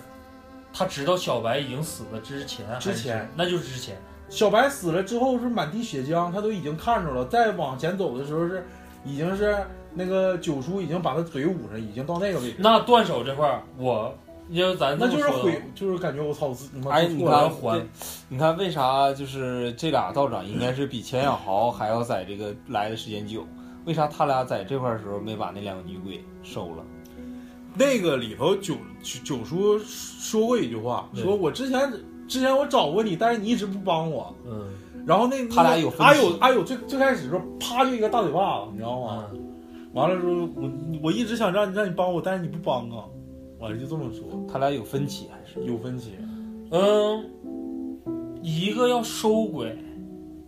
Speaker 2: 他知道小白已经死了之前还是，
Speaker 5: 之前
Speaker 2: 那就是之前。
Speaker 5: 小白死了之后是满地血浆，他都已经看着了。再往前走的时候是，已经是那个九叔已经把他嘴捂上，已经到那个位置，
Speaker 2: 那断手这块儿，我要咱这
Speaker 5: 那
Speaker 2: 么
Speaker 5: 就是
Speaker 2: 说的话
Speaker 5: 悔，就是感觉我操，我自己他妈
Speaker 6: 哎，
Speaker 5: 做
Speaker 6: 你
Speaker 5: 错了
Speaker 6: 看
Speaker 2: 要，还
Speaker 6: 对你看为啥就是这俩道长应该是比钱小豪还要在这个来的时间久？为啥他俩在这块儿时候没把那两个女鬼收了？
Speaker 5: 那个里头九九九叔说过一句话，
Speaker 2: 对
Speaker 5: 说我之前之前我找过你，但是你一直不帮我。
Speaker 2: 嗯
Speaker 5: 然后那
Speaker 6: 他俩
Speaker 5: 那
Speaker 6: 有
Speaker 5: 个哎
Speaker 6: 分歧
Speaker 5: 阿友阿友最最开始的时候，啪就一个大嘴巴子，你知道吗？
Speaker 2: 嗯，
Speaker 5: 完了之后，我我一直想让你让你帮我，但是你不帮啊。完了就这么说，
Speaker 6: 他俩有分歧还是？
Speaker 5: 有分歧。
Speaker 2: 嗯，一个要收鬼，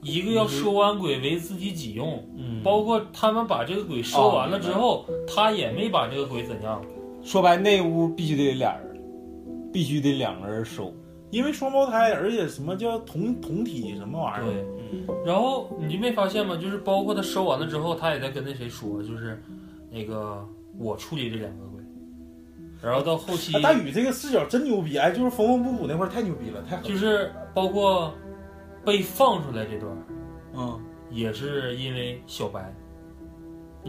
Speaker 2: 一个要收完鬼为自己己用，
Speaker 6: 嗯
Speaker 2: 包括他们把这个鬼收完了
Speaker 6: 哦
Speaker 2: 之后，他也没把这个鬼怎样。
Speaker 6: 说白那屋必须得俩人，必须得两个人收。
Speaker 5: 因为双胞胎，而且什么叫同同体什么玩意儿？
Speaker 2: 对，然后你就没发现吗？就是包括他收完了之后，他也在跟那谁说，就是那个我处理这两个鬼，然后到后期
Speaker 5: 哎，大宇这个视角真牛逼，哎，就是缝缝补补那块儿太牛逼了，太狠了
Speaker 2: 就是包括被放出来这段儿，
Speaker 5: 嗯，
Speaker 2: 也是因为小白。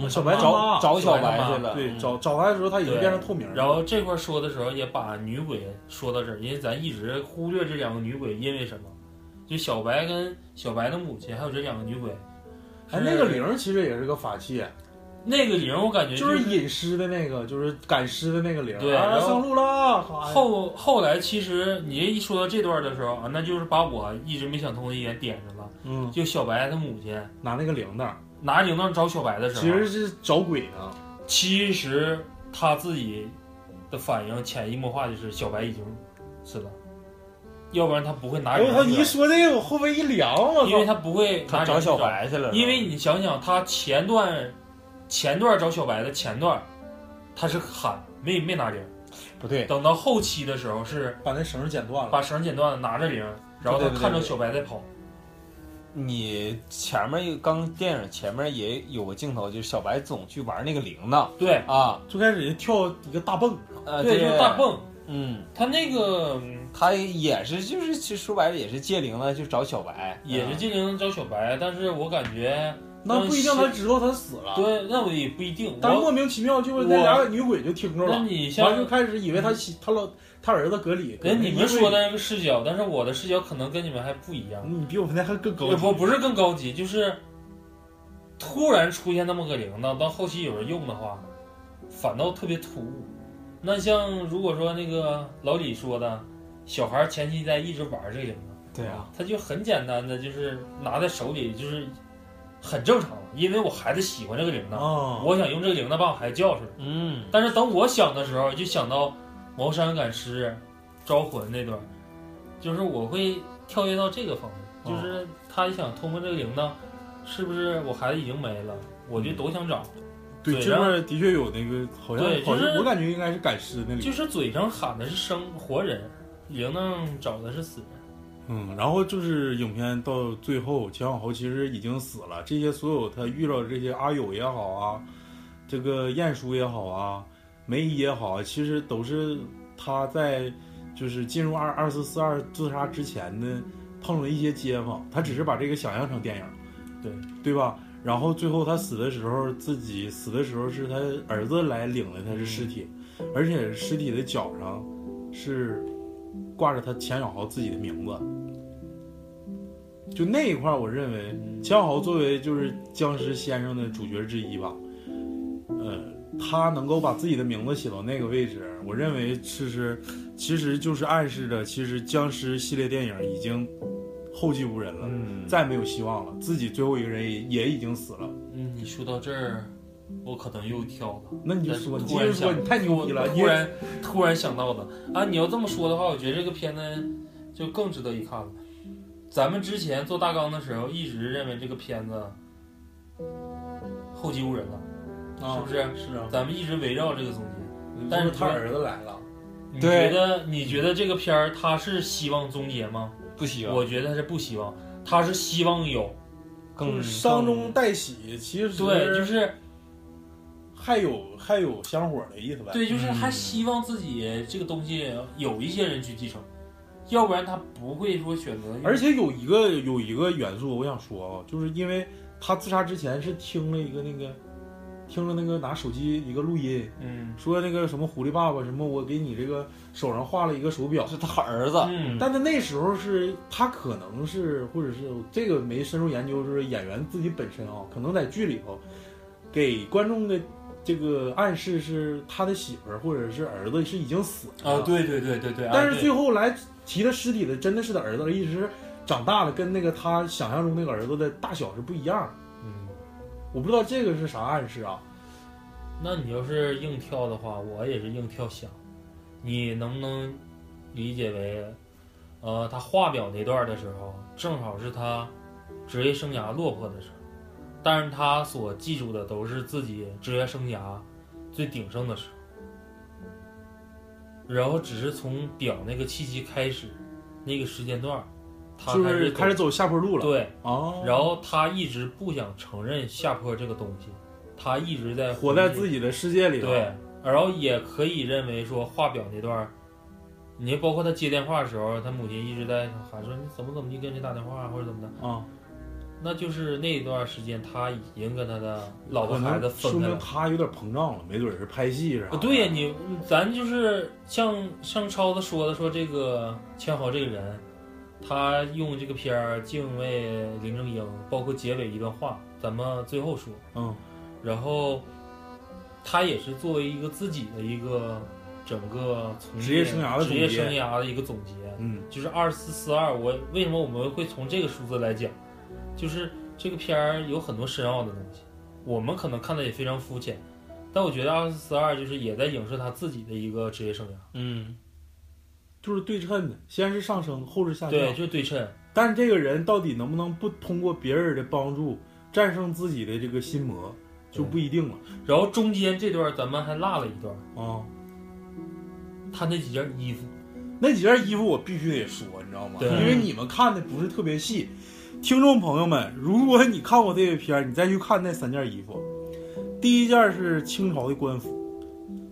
Speaker 5: 小白
Speaker 2: 找
Speaker 5: 妈
Speaker 6: 找小
Speaker 2: 白
Speaker 6: 白
Speaker 2: 他妈
Speaker 6: 去了，
Speaker 5: 对
Speaker 6: 嗯
Speaker 5: 找找他的时候，他已经
Speaker 2: 对
Speaker 5: 变成透明了。
Speaker 2: 然后这块说的时候也把女鬼说到这儿，因为咱一直忽略这两个女鬼，因为什么？就小白跟小白的母亲，还有这两个女鬼。
Speaker 5: 哎，那个铃儿其实也是个法器，
Speaker 2: 那个铃，我感觉
Speaker 5: 就是
Speaker 2: 是
Speaker 5: 引尸的那个，就是赶尸的那个铃儿。
Speaker 2: 对
Speaker 5: 啊
Speaker 2: 然后
Speaker 5: 上路了，好哎
Speaker 2: 后后来其实你一说到这段的时候啊，那就是把我一直没想通的一点点上了。
Speaker 5: 嗯，
Speaker 2: 就小白他母亲
Speaker 5: 拿那个铃铛，
Speaker 2: 拿铃铛找小白的时候，
Speaker 5: 其实是找鬼呢。
Speaker 2: 其实他自己的反应潜移默化就是小白已经死了，要不然他不会拿
Speaker 5: 哎
Speaker 2: 铃
Speaker 5: 我
Speaker 2: 铛
Speaker 5: 操！
Speaker 2: 找。
Speaker 5: 你一说这个，我后背一凉，我
Speaker 2: 因为
Speaker 5: 操！
Speaker 2: 他不会拿
Speaker 6: 他找
Speaker 2: 铃铛
Speaker 6: 小白去了，
Speaker 2: 因为你想想，他前段前段找小白的前段，他是喊没没拿铃儿，
Speaker 6: 不对，
Speaker 2: 等到后期的时候是
Speaker 5: 把那绳儿剪断了。
Speaker 2: 把绳剪断了，拿着铃儿，然后他
Speaker 6: 对对对
Speaker 2: 看着
Speaker 6: 对
Speaker 2: 小白在跑，
Speaker 6: 你前面有刚电影前面也有个镜头，就是小白总去玩那个铃铛
Speaker 2: 对
Speaker 6: 啊，
Speaker 5: 最开始就跳一个大蹦，
Speaker 6: 呃，
Speaker 2: 对，就是大，蹦，
Speaker 6: 嗯，
Speaker 2: 他那个嗯
Speaker 6: 他也是就是其实说白了也是借铃铛就找小白，
Speaker 2: 也
Speaker 6: 嗯
Speaker 2: 是嗯精灵找小白，但是我感觉
Speaker 5: 那不一定他知道他死了，，
Speaker 2: 对，那我也不一定。
Speaker 5: 但是
Speaker 2: 我
Speaker 5: 莫名其妙就
Speaker 2: 我
Speaker 5: 那俩女鬼就听着
Speaker 2: 那
Speaker 5: 了，
Speaker 2: 你
Speaker 5: 完
Speaker 2: 像
Speaker 5: 就开始以为他媳他老他儿子隔离，
Speaker 2: 人你
Speaker 5: 因
Speaker 2: 们
Speaker 5: 为
Speaker 2: 说的那个视角，但是我的视角可能跟你们还不一样。
Speaker 5: 你比我们那还更高
Speaker 2: 也
Speaker 5: 级，
Speaker 2: 不不是更高级，就是突然出现那么个铃铛，到后期有人用的话，反倒特别突兀。那像如果说那个老李说的，小孩前期在一直玩这个铃铛，
Speaker 6: 对啊，
Speaker 2: 他就很简单的就是拿在手里，就是很正常了，因为我孩子喜欢这个铃铛，
Speaker 5: 啊，
Speaker 2: 我想用这个铃铛把我孩子叫出来。
Speaker 6: 嗯，
Speaker 2: 但是等我想的时候，就想到茅山赶尸、招魂那段儿，就是我会跳跃到这个方面，就是他想通过这个铃铛，是不是我孩子已经没了，我就都想找，
Speaker 5: 对
Speaker 2: 嘴
Speaker 5: 这
Speaker 2: 上
Speaker 5: 边的确有那个好像
Speaker 2: 对就
Speaker 5: 好像
Speaker 2: 是
Speaker 5: 我感觉应该是赶尸那里，
Speaker 2: 就是嘴上喊的是生活人，铃铛找的是死人。
Speaker 5: 嗯，然后就是影片到最后，钱小豪其实已经死了。这些所有他遇到的这些阿友也好啊，这个晏殊也好啊，梅姨也好啊，其实都是他在就是进入二二四四二自杀之前呢，碰了一些街坊，他只是把这个想象成电影，
Speaker 2: 对
Speaker 5: 对吧？然后最后他死的时候，自己死的时候是他儿子来领了他的尸体，而且尸体的脚上是挂着他钱小豪自己的名字。就那一块儿，我认为钱小豪作为就是僵尸先生的主角之一吧，呃，他能够把自己的名字写到那个位置，我认为其实其实就是暗示着，其实僵尸系列电影已经后继无人了，
Speaker 6: 嗯
Speaker 5: 再没有希望了，自己最后一个人也也已经死了。
Speaker 2: 嗯，你说到这儿，我可能又跳了。
Speaker 5: 那你就说，你接着说，你太牛逼了，你
Speaker 2: 突然突然想到的啊！你要这么说的话，我觉得这个片子就更值得一看了。咱们之前做大纲的时候，一直认为这个片子后继无人了，
Speaker 5: 啊
Speaker 2: 是不是？
Speaker 5: 是啊，
Speaker 2: 咱们一直围绕这个总结。但是
Speaker 5: 他儿子来了，
Speaker 2: 你
Speaker 6: 对
Speaker 2: 觉得你觉得这个片儿它是希望终结吗？
Speaker 6: 不希望
Speaker 2: 我觉得它是不希望，它是希望有
Speaker 5: 就
Speaker 6: 更
Speaker 5: 是伤中带喜，其实
Speaker 2: 对，就是
Speaker 5: 还有还有香火的意思呗。
Speaker 2: 对，就是
Speaker 5: 嗯
Speaker 2: 他希望自己这个东西有一些人去继承，要不然他不会说选择。
Speaker 5: 而且有一个有一个元素，我想说啊，就是因为他自杀之前是听了一个那个，听了那个拿手机一个录音，
Speaker 2: 嗯
Speaker 5: 说那个什么狐狸爸爸什么，我给你这个手上画了一个手表。
Speaker 6: 是他儿子，
Speaker 2: 嗯，
Speaker 5: 但他那时候是他可能是，或者是这个没深入研究，就是演员自己本身啊，可能在剧里头给观众的这个暗示是他的媳妇儿或者是儿子是已经死了
Speaker 2: 啊，对对对对对，啊
Speaker 5: 但是
Speaker 2: 对
Speaker 5: 最后来提了尸体的真的是他儿子，一直长大了，跟那个他想象中那个儿子的大小是不一样的。
Speaker 2: 嗯，
Speaker 5: 我不知道这个是啥暗示啊？
Speaker 2: 那你要是硬跳的话，我也是硬跳想，你能不能理解为，呃，他画表那段的时候，正好是他职业生涯落魄的时候，但是他所记住的都是自己职业生涯最鼎盛的时候，然后只是从表那个契机开始，那个时间段儿，他
Speaker 5: 就
Speaker 2: 开
Speaker 5: 是
Speaker 2: 始
Speaker 5: 开始走下坡路了。
Speaker 2: 对。
Speaker 5: 哦，
Speaker 2: 然后他一直不想承认下坡这个东西，他一直在
Speaker 5: 活在自己的世界里头。
Speaker 2: 对，然后也可以认为说画表那段儿，你包括他接电话的时候，他母亲一直在喊说你怎么怎么地跟谁打电话啊或者怎么的，
Speaker 5: 啊，
Speaker 2: 那就是那一段时间他已经跟他的老婆
Speaker 5: 可
Speaker 2: 孩子
Speaker 5: 能说
Speaker 2: 分开
Speaker 5: 明
Speaker 2: 了。
Speaker 5: 他有点膨胀了，没准是拍戏啥
Speaker 2: 啊
Speaker 5: 的。
Speaker 2: 对呀、你咱就是像像超子说的，说这个千豪这个人，他用这个片儿敬畏林正英，包括结尾一段话，咱们最后说。
Speaker 5: 嗯，
Speaker 2: 然后他也是作为一个自己的一个整个从业
Speaker 5: 职业生涯的总结
Speaker 2: 职业生涯的一个总结，
Speaker 5: 嗯，
Speaker 2: 就是二四四二。我为什么我们会从这个数字来讲？就是这个片儿有很多深奥的东西，我们可能看的也非常肤浅，但我觉得二四四二就是也在影射他自己的一个职业生涯，
Speaker 6: 嗯，
Speaker 5: 就是对称的，先是上升，后是下降。
Speaker 2: 对，就是对称。
Speaker 5: 但是这个人到底能不能不通过别人的帮助战胜自己的这个心魔，就不一定了
Speaker 2: 然后中间这段咱们还落了一段，
Speaker 5: 啊。
Speaker 2: 他那几件衣服，
Speaker 5: 那几件衣服我必须得说，你知道吗？
Speaker 2: 对
Speaker 5: 因为你们看的不是特别细。听众朋友们，如果你看过这个片儿，你再去看那三件衣服，第一件是清朝的官服，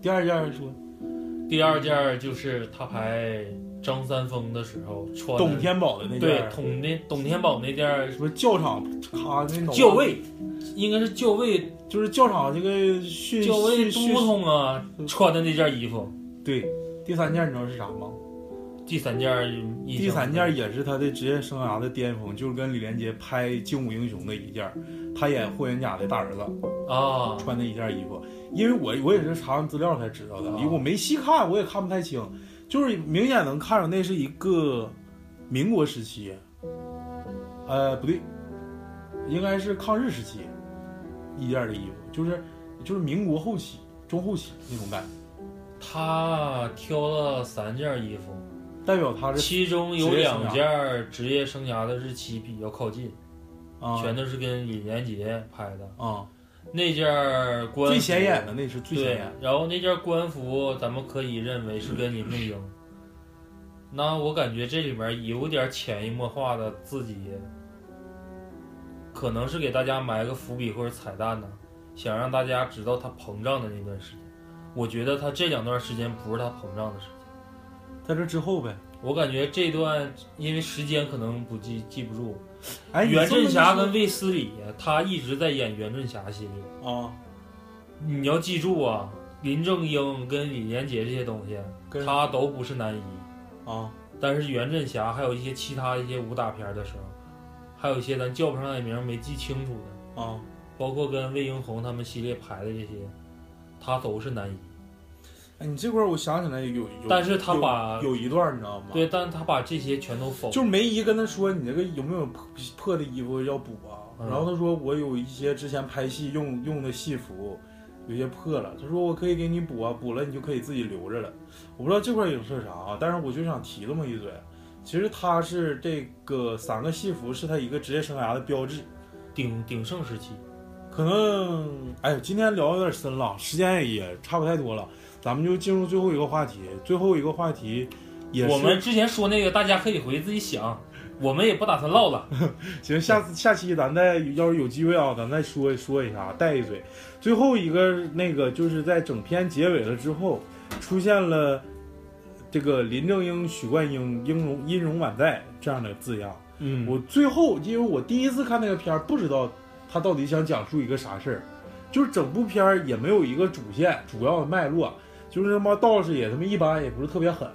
Speaker 5: 第二件是说
Speaker 2: 第二件就是他拍张三丰的时候穿的
Speaker 5: 董天宝的那件
Speaker 2: 对，
Speaker 5: 儿，嗯
Speaker 2: 董天董天宝那件儿
Speaker 5: 什么教场咔那脑
Speaker 2: 就位，应该是教卫
Speaker 5: 就是教场这个训
Speaker 2: 教卫
Speaker 5: 训
Speaker 2: 都
Speaker 5: 训
Speaker 2: 统啊穿的那件衣服，
Speaker 5: 对，第三件你知道是啥吗？
Speaker 2: 第三件儿印象
Speaker 5: 第三件也是他的职业生涯的巅峰，就是跟李连杰拍《精武英雄》的一件儿，他演霍元甲的大儿子
Speaker 2: 啊，
Speaker 5: 穿的一件衣服。因为我我也是查完资料才知道的，
Speaker 2: 啊
Speaker 5: 因为我没细看，我也看不太清，就是明显能看出那是一个民国时期，呃，不对，应该是抗日时期一件儿的衣服，就是就是民国后期、中后期那种感觉，
Speaker 2: 他挑了三件衣服，
Speaker 5: 代表他是
Speaker 2: 其中有两件职业生涯的日期比较靠近，
Speaker 5: 啊
Speaker 2: 全都是跟李连杰拍的。
Speaker 5: 啊、
Speaker 2: 那件儿官服
Speaker 5: 最显眼的那是最显
Speaker 2: 对
Speaker 5: 眼的，，
Speaker 2: 然后那件官服咱们可以认为是跟林正英。那我感觉这里面有点潜移默化的自己，可能是给大家埋个伏笔或者彩蛋呢，想让大家知道他膨胀的那段时间。我觉得他这两段时间不是他膨胀的时间。
Speaker 5: 在这之后呗。
Speaker 2: 我感觉这段因为时间可能不记记不住，
Speaker 5: 哎，你
Speaker 2: 袁
Speaker 5: 这么
Speaker 2: 振
Speaker 5: 一
Speaker 2: 霞
Speaker 5: 说
Speaker 2: 跟卫斯理，他一直在演袁振霞系列。
Speaker 5: 啊，
Speaker 2: 你要记住啊，林正英跟李连杰这些东西，啊
Speaker 5: 跟
Speaker 2: 他都不是男一，
Speaker 5: 啊，
Speaker 2: 但是袁振霞还有一些其他一些武打片的时候，还有一些咱叫不上来名儿没记清楚的，
Speaker 5: 啊，
Speaker 2: 包括跟魏英红他们系列排的这些，他都是男一。
Speaker 5: 哎，你这块儿我想起来有有，
Speaker 2: 但是他
Speaker 5: 有
Speaker 2: 把
Speaker 5: 有一段儿你知道吗？，
Speaker 2: 对，但他把这些全都否了。
Speaker 5: 就是梅姨跟他说你这个有没有破破的衣服要补啊？
Speaker 2: 嗯
Speaker 5: 然后他说我有一些之前拍戏用用的戏服。有些破了，他说我可以给你补啊，补了你就可以自己留着了。我不知道这块儿影射啥啊，但是我就想提这么一嘴，其实他是这个三个戏服是他一个职业生涯的标志，
Speaker 2: 鼎鼎盛时期，
Speaker 5: 可能，哎，今天聊有点深了，时间也差不太多了，咱们就进入最后一个话题。最后一个话题也是
Speaker 2: 我们之前说那个，大家可以回去自己想，我们也不打算唠了。
Speaker 5: 行，下次下期咱再要是有机会啊，咱再说说一下，带一嘴。最后一个那个就是在整篇结尾了之后，出现了这个林正英、许冠英、音容音容宛在这样的字样。
Speaker 7: 嗯
Speaker 5: 我最后因为我第一次看那个片儿，不知道他到底想讲述一个啥事儿，就是整部片儿也没有一个主线、主要的脉络，就是他妈道士也他妈一般，也不是特别狠，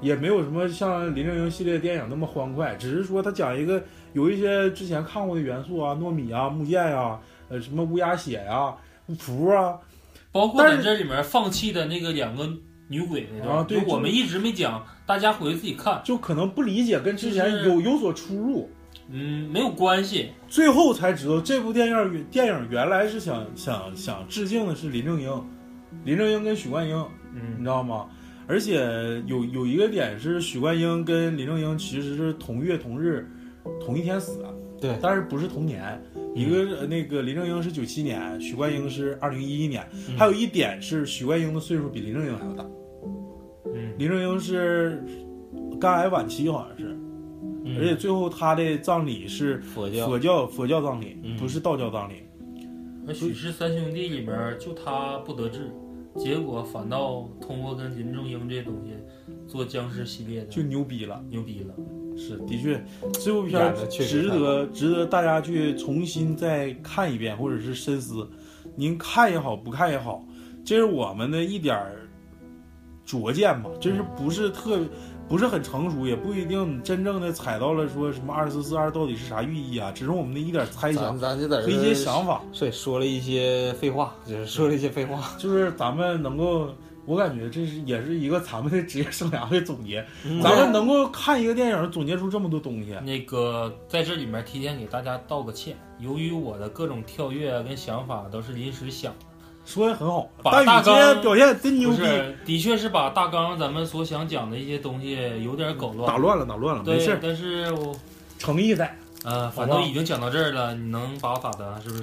Speaker 5: 也没有什么像林正英系列电影那么欢快，只是说他讲一个有一些之前看过的元素啊，糯米啊、木剑啊，呃，什么乌鸦血呀、啊、符啊，
Speaker 2: 包括
Speaker 5: 但
Speaker 2: 在
Speaker 5: 是
Speaker 2: 这里面放弃的那个两个女鬼那段，
Speaker 5: 啊对
Speaker 2: 就我
Speaker 5: 就是
Speaker 2: 们一直没讲，大家回去自己看，
Speaker 5: 就可能不理解，跟之前
Speaker 2: 就是
Speaker 5: 有有所出入。
Speaker 2: 嗯，没有关系，
Speaker 5: 最后才知道，这部电影电影原来是想想想致敬的是林正英，林正英跟许冠英，你
Speaker 2: 嗯
Speaker 5: 知道吗？而且有有一个点是，许冠英跟林正英其实是同月同日，同一天死的，
Speaker 6: 对
Speaker 5: 但是不是同年。一个
Speaker 2: 嗯
Speaker 5: 是那个林正英是九七年，许冠英是二零一一年。
Speaker 2: 嗯
Speaker 5: 还有一点是，许冠英的岁数比林正英还要大，
Speaker 2: 嗯，
Speaker 5: 林正英是肝癌晚期好像是，
Speaker 2: 嗯
Speaker 5: 而且最后他的葬礼是
Speaker 6: 佛教
Speaker 5: 佛教佛教葬礼，
Speaker 6: 嗯
Speaker 5: 不是道教葬礼。
Speaker 2: 而许氏三兄弟里面就他不得志，结果反倒通过跟林正英这东西做僵尸系列的
Speaker 5: 就牛逼了。
Speaker 2: 牛逼了，
Speaker 5: 是，的确，这部片
Speaker 6: 演
Speaker 5: 儿
Speaker 6: 得确实
Speaker 5: 值
Speaker 6: 太好
Speaker 5: 得值得大家去重新再看一遍，或者是深思。您看也好，不看也好，这是我们的一点儿拙见吧，就是不是特不是很成熟，也不一定真正的踩到了说什么二四四二到底是啥寓意啊，只是我们的一点儿猜
Speaker 6: 咱
Speaker 5: 想
Speaker 6: 咱就在这
Speaker 5: 和一些想
Speaker 6: (laughs)
Speaker 5: 法。
Speaker 6: 对，说了一些废话，就是说了一些废话。
Speaker 5: 就是咱们能够，我感觉这是也是一个咱们的职业生涯的总结。
Speaker 6: 嗯
Speaker 5: 咱们能够看一个电影，总结出这么多东西，
Speaker 2: 那个在这里面提前给大家道个歉，由于我的各种跳跃跟想法都是临时想的
Speaker 5: 说的很好。
Speaker 2: 把
Speaker 5: 大
Speaker 2: 大
Speaker 5: 宇今天
Speaker 2: 纲
Speaker 5: 表现真牛
Speaker 2: 不
Speaker 5: 逼，
Speaker 2: 是，的确是把大纲咱们所想讲的一些东西有点搞乱，
Speaker 5: 打乱了，打乱了，
Speaker 2: 对，
Speaker 5: 没事儿，
Speaker 2: 但是我
Speaker 5: 诚意在。好
Speaker 2: 呃，
Speaker 5: 吧
Speaker 2: 反正已经讲到这儿了，你能把我咋的？是不 (laughs) 是？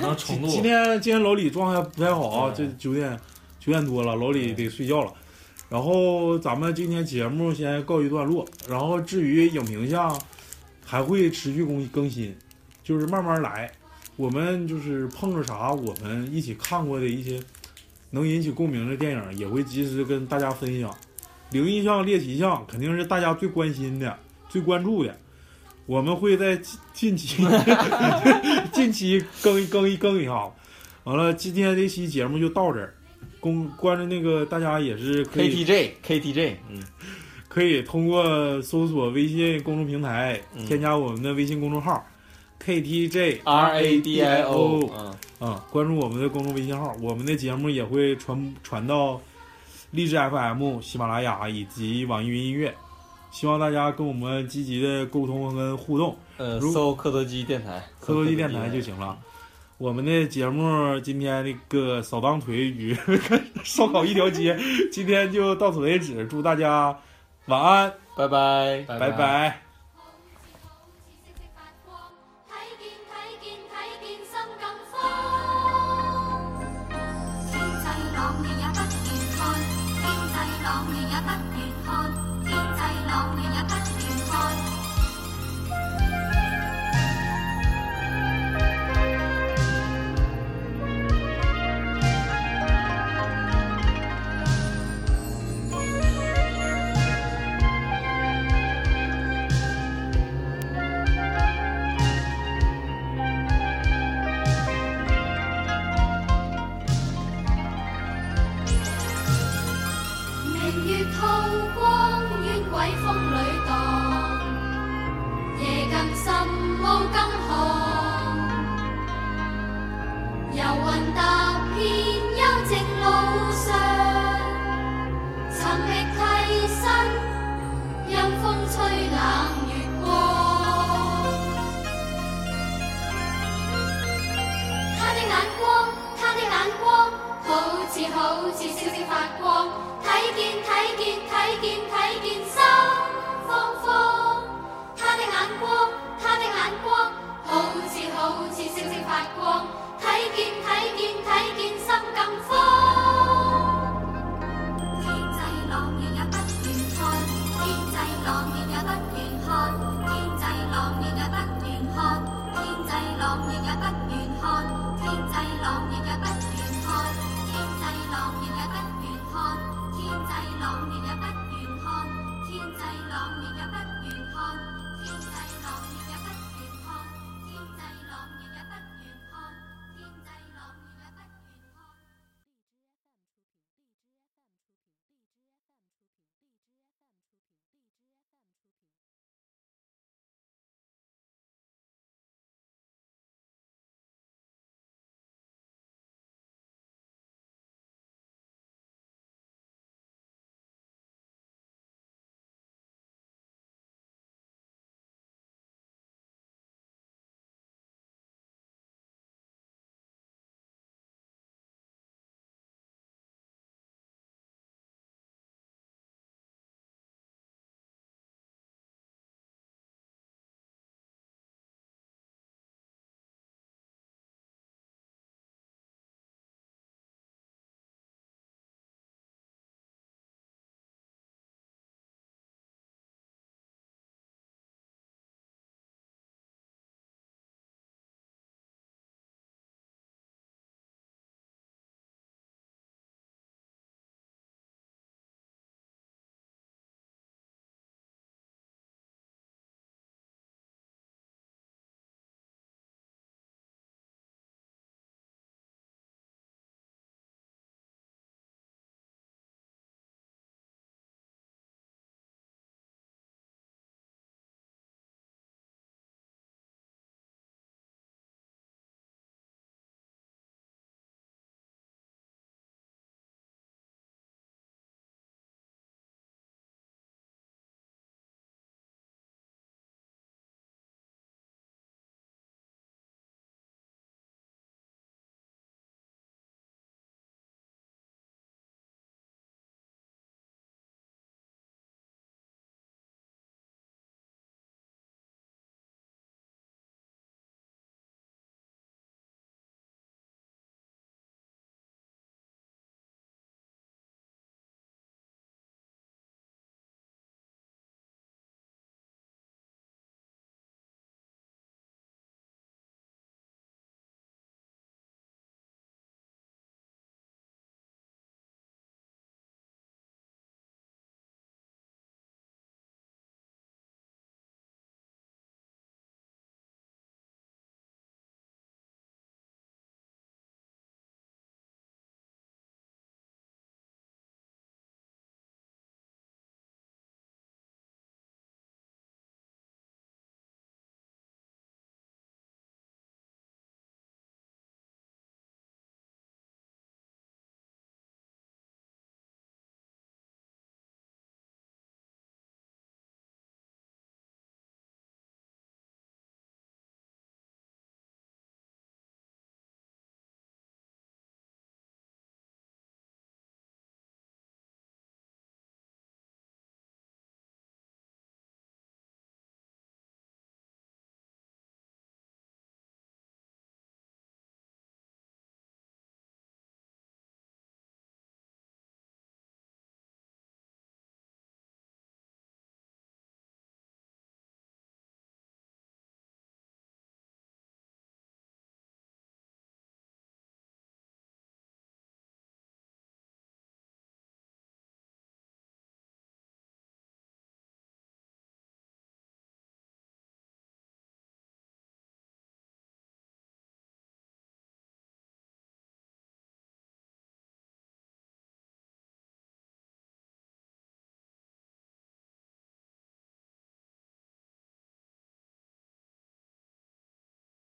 Speaker 2: 能重录？
Speaker 5: 今天今天老李状态不太好啊，这
Speaker 2: 对
Speaker 5: 九点九点多了，老李得睡觉了。然后咱们今天节目先告一段落，然后至于影评项还会持续更更新，就是慢慢来。我们就是碰着啥，我们一起看过的一些能引起共鸣的电影，也会及时跟大家分享。灵异项、猎奇项肯定是大家最
Speaker 6: (laughs)
Speaker 5: 关心的、最关注的。我们会在近近期近 (laughs) 近期更更一更一哈。完了，今天这期节目就到这儿，公关着那个大家也是可以
Speaker 6: KTJ KTJ，嗯，
Speaker 5: 可以通过搜索微信公众平台
Speaker 6: 嗯
Speaker 5: 添加我们的微信公众号 KTJ
Speaker 6: R A D I O，嗯，
Speaker 5: 啊，关注我们的公众微信号，我们的节目也会传传到荔枝 FM、喜马拉雅以及网易云音乐。希望大家跟我们积极的沟通跟互动，
Speaker 6: 呃，
Speaker 5: 如
Speaker 6: 搜科多基电台，
Speaker 5: 科多基电台就行了。我们的节目今天那个扫荡腿与 (laughs) 烧烤一条街，今天就到此为止，祝大家晚安，
Speaker 6: 拜拜。
Speaker 5: 拜
Speaker 2: 拜
Speaker 5: 拜
Speaker 8: 睇見睇見睇見心更慌，天際朗月也不願看，天際朗月也不願看，天際朗月也不願看。明月透光，冤鬼風裏蕩，夜更深，霧更寒。遊魂踏遍幽靜路上，尋覓替身，陰風吹冷月光。他的眼光，他的眼光，好似好似閃閃發光，睇見睇見睇見睇見心慌慌。他的眼光，他的眼光，好似好似閃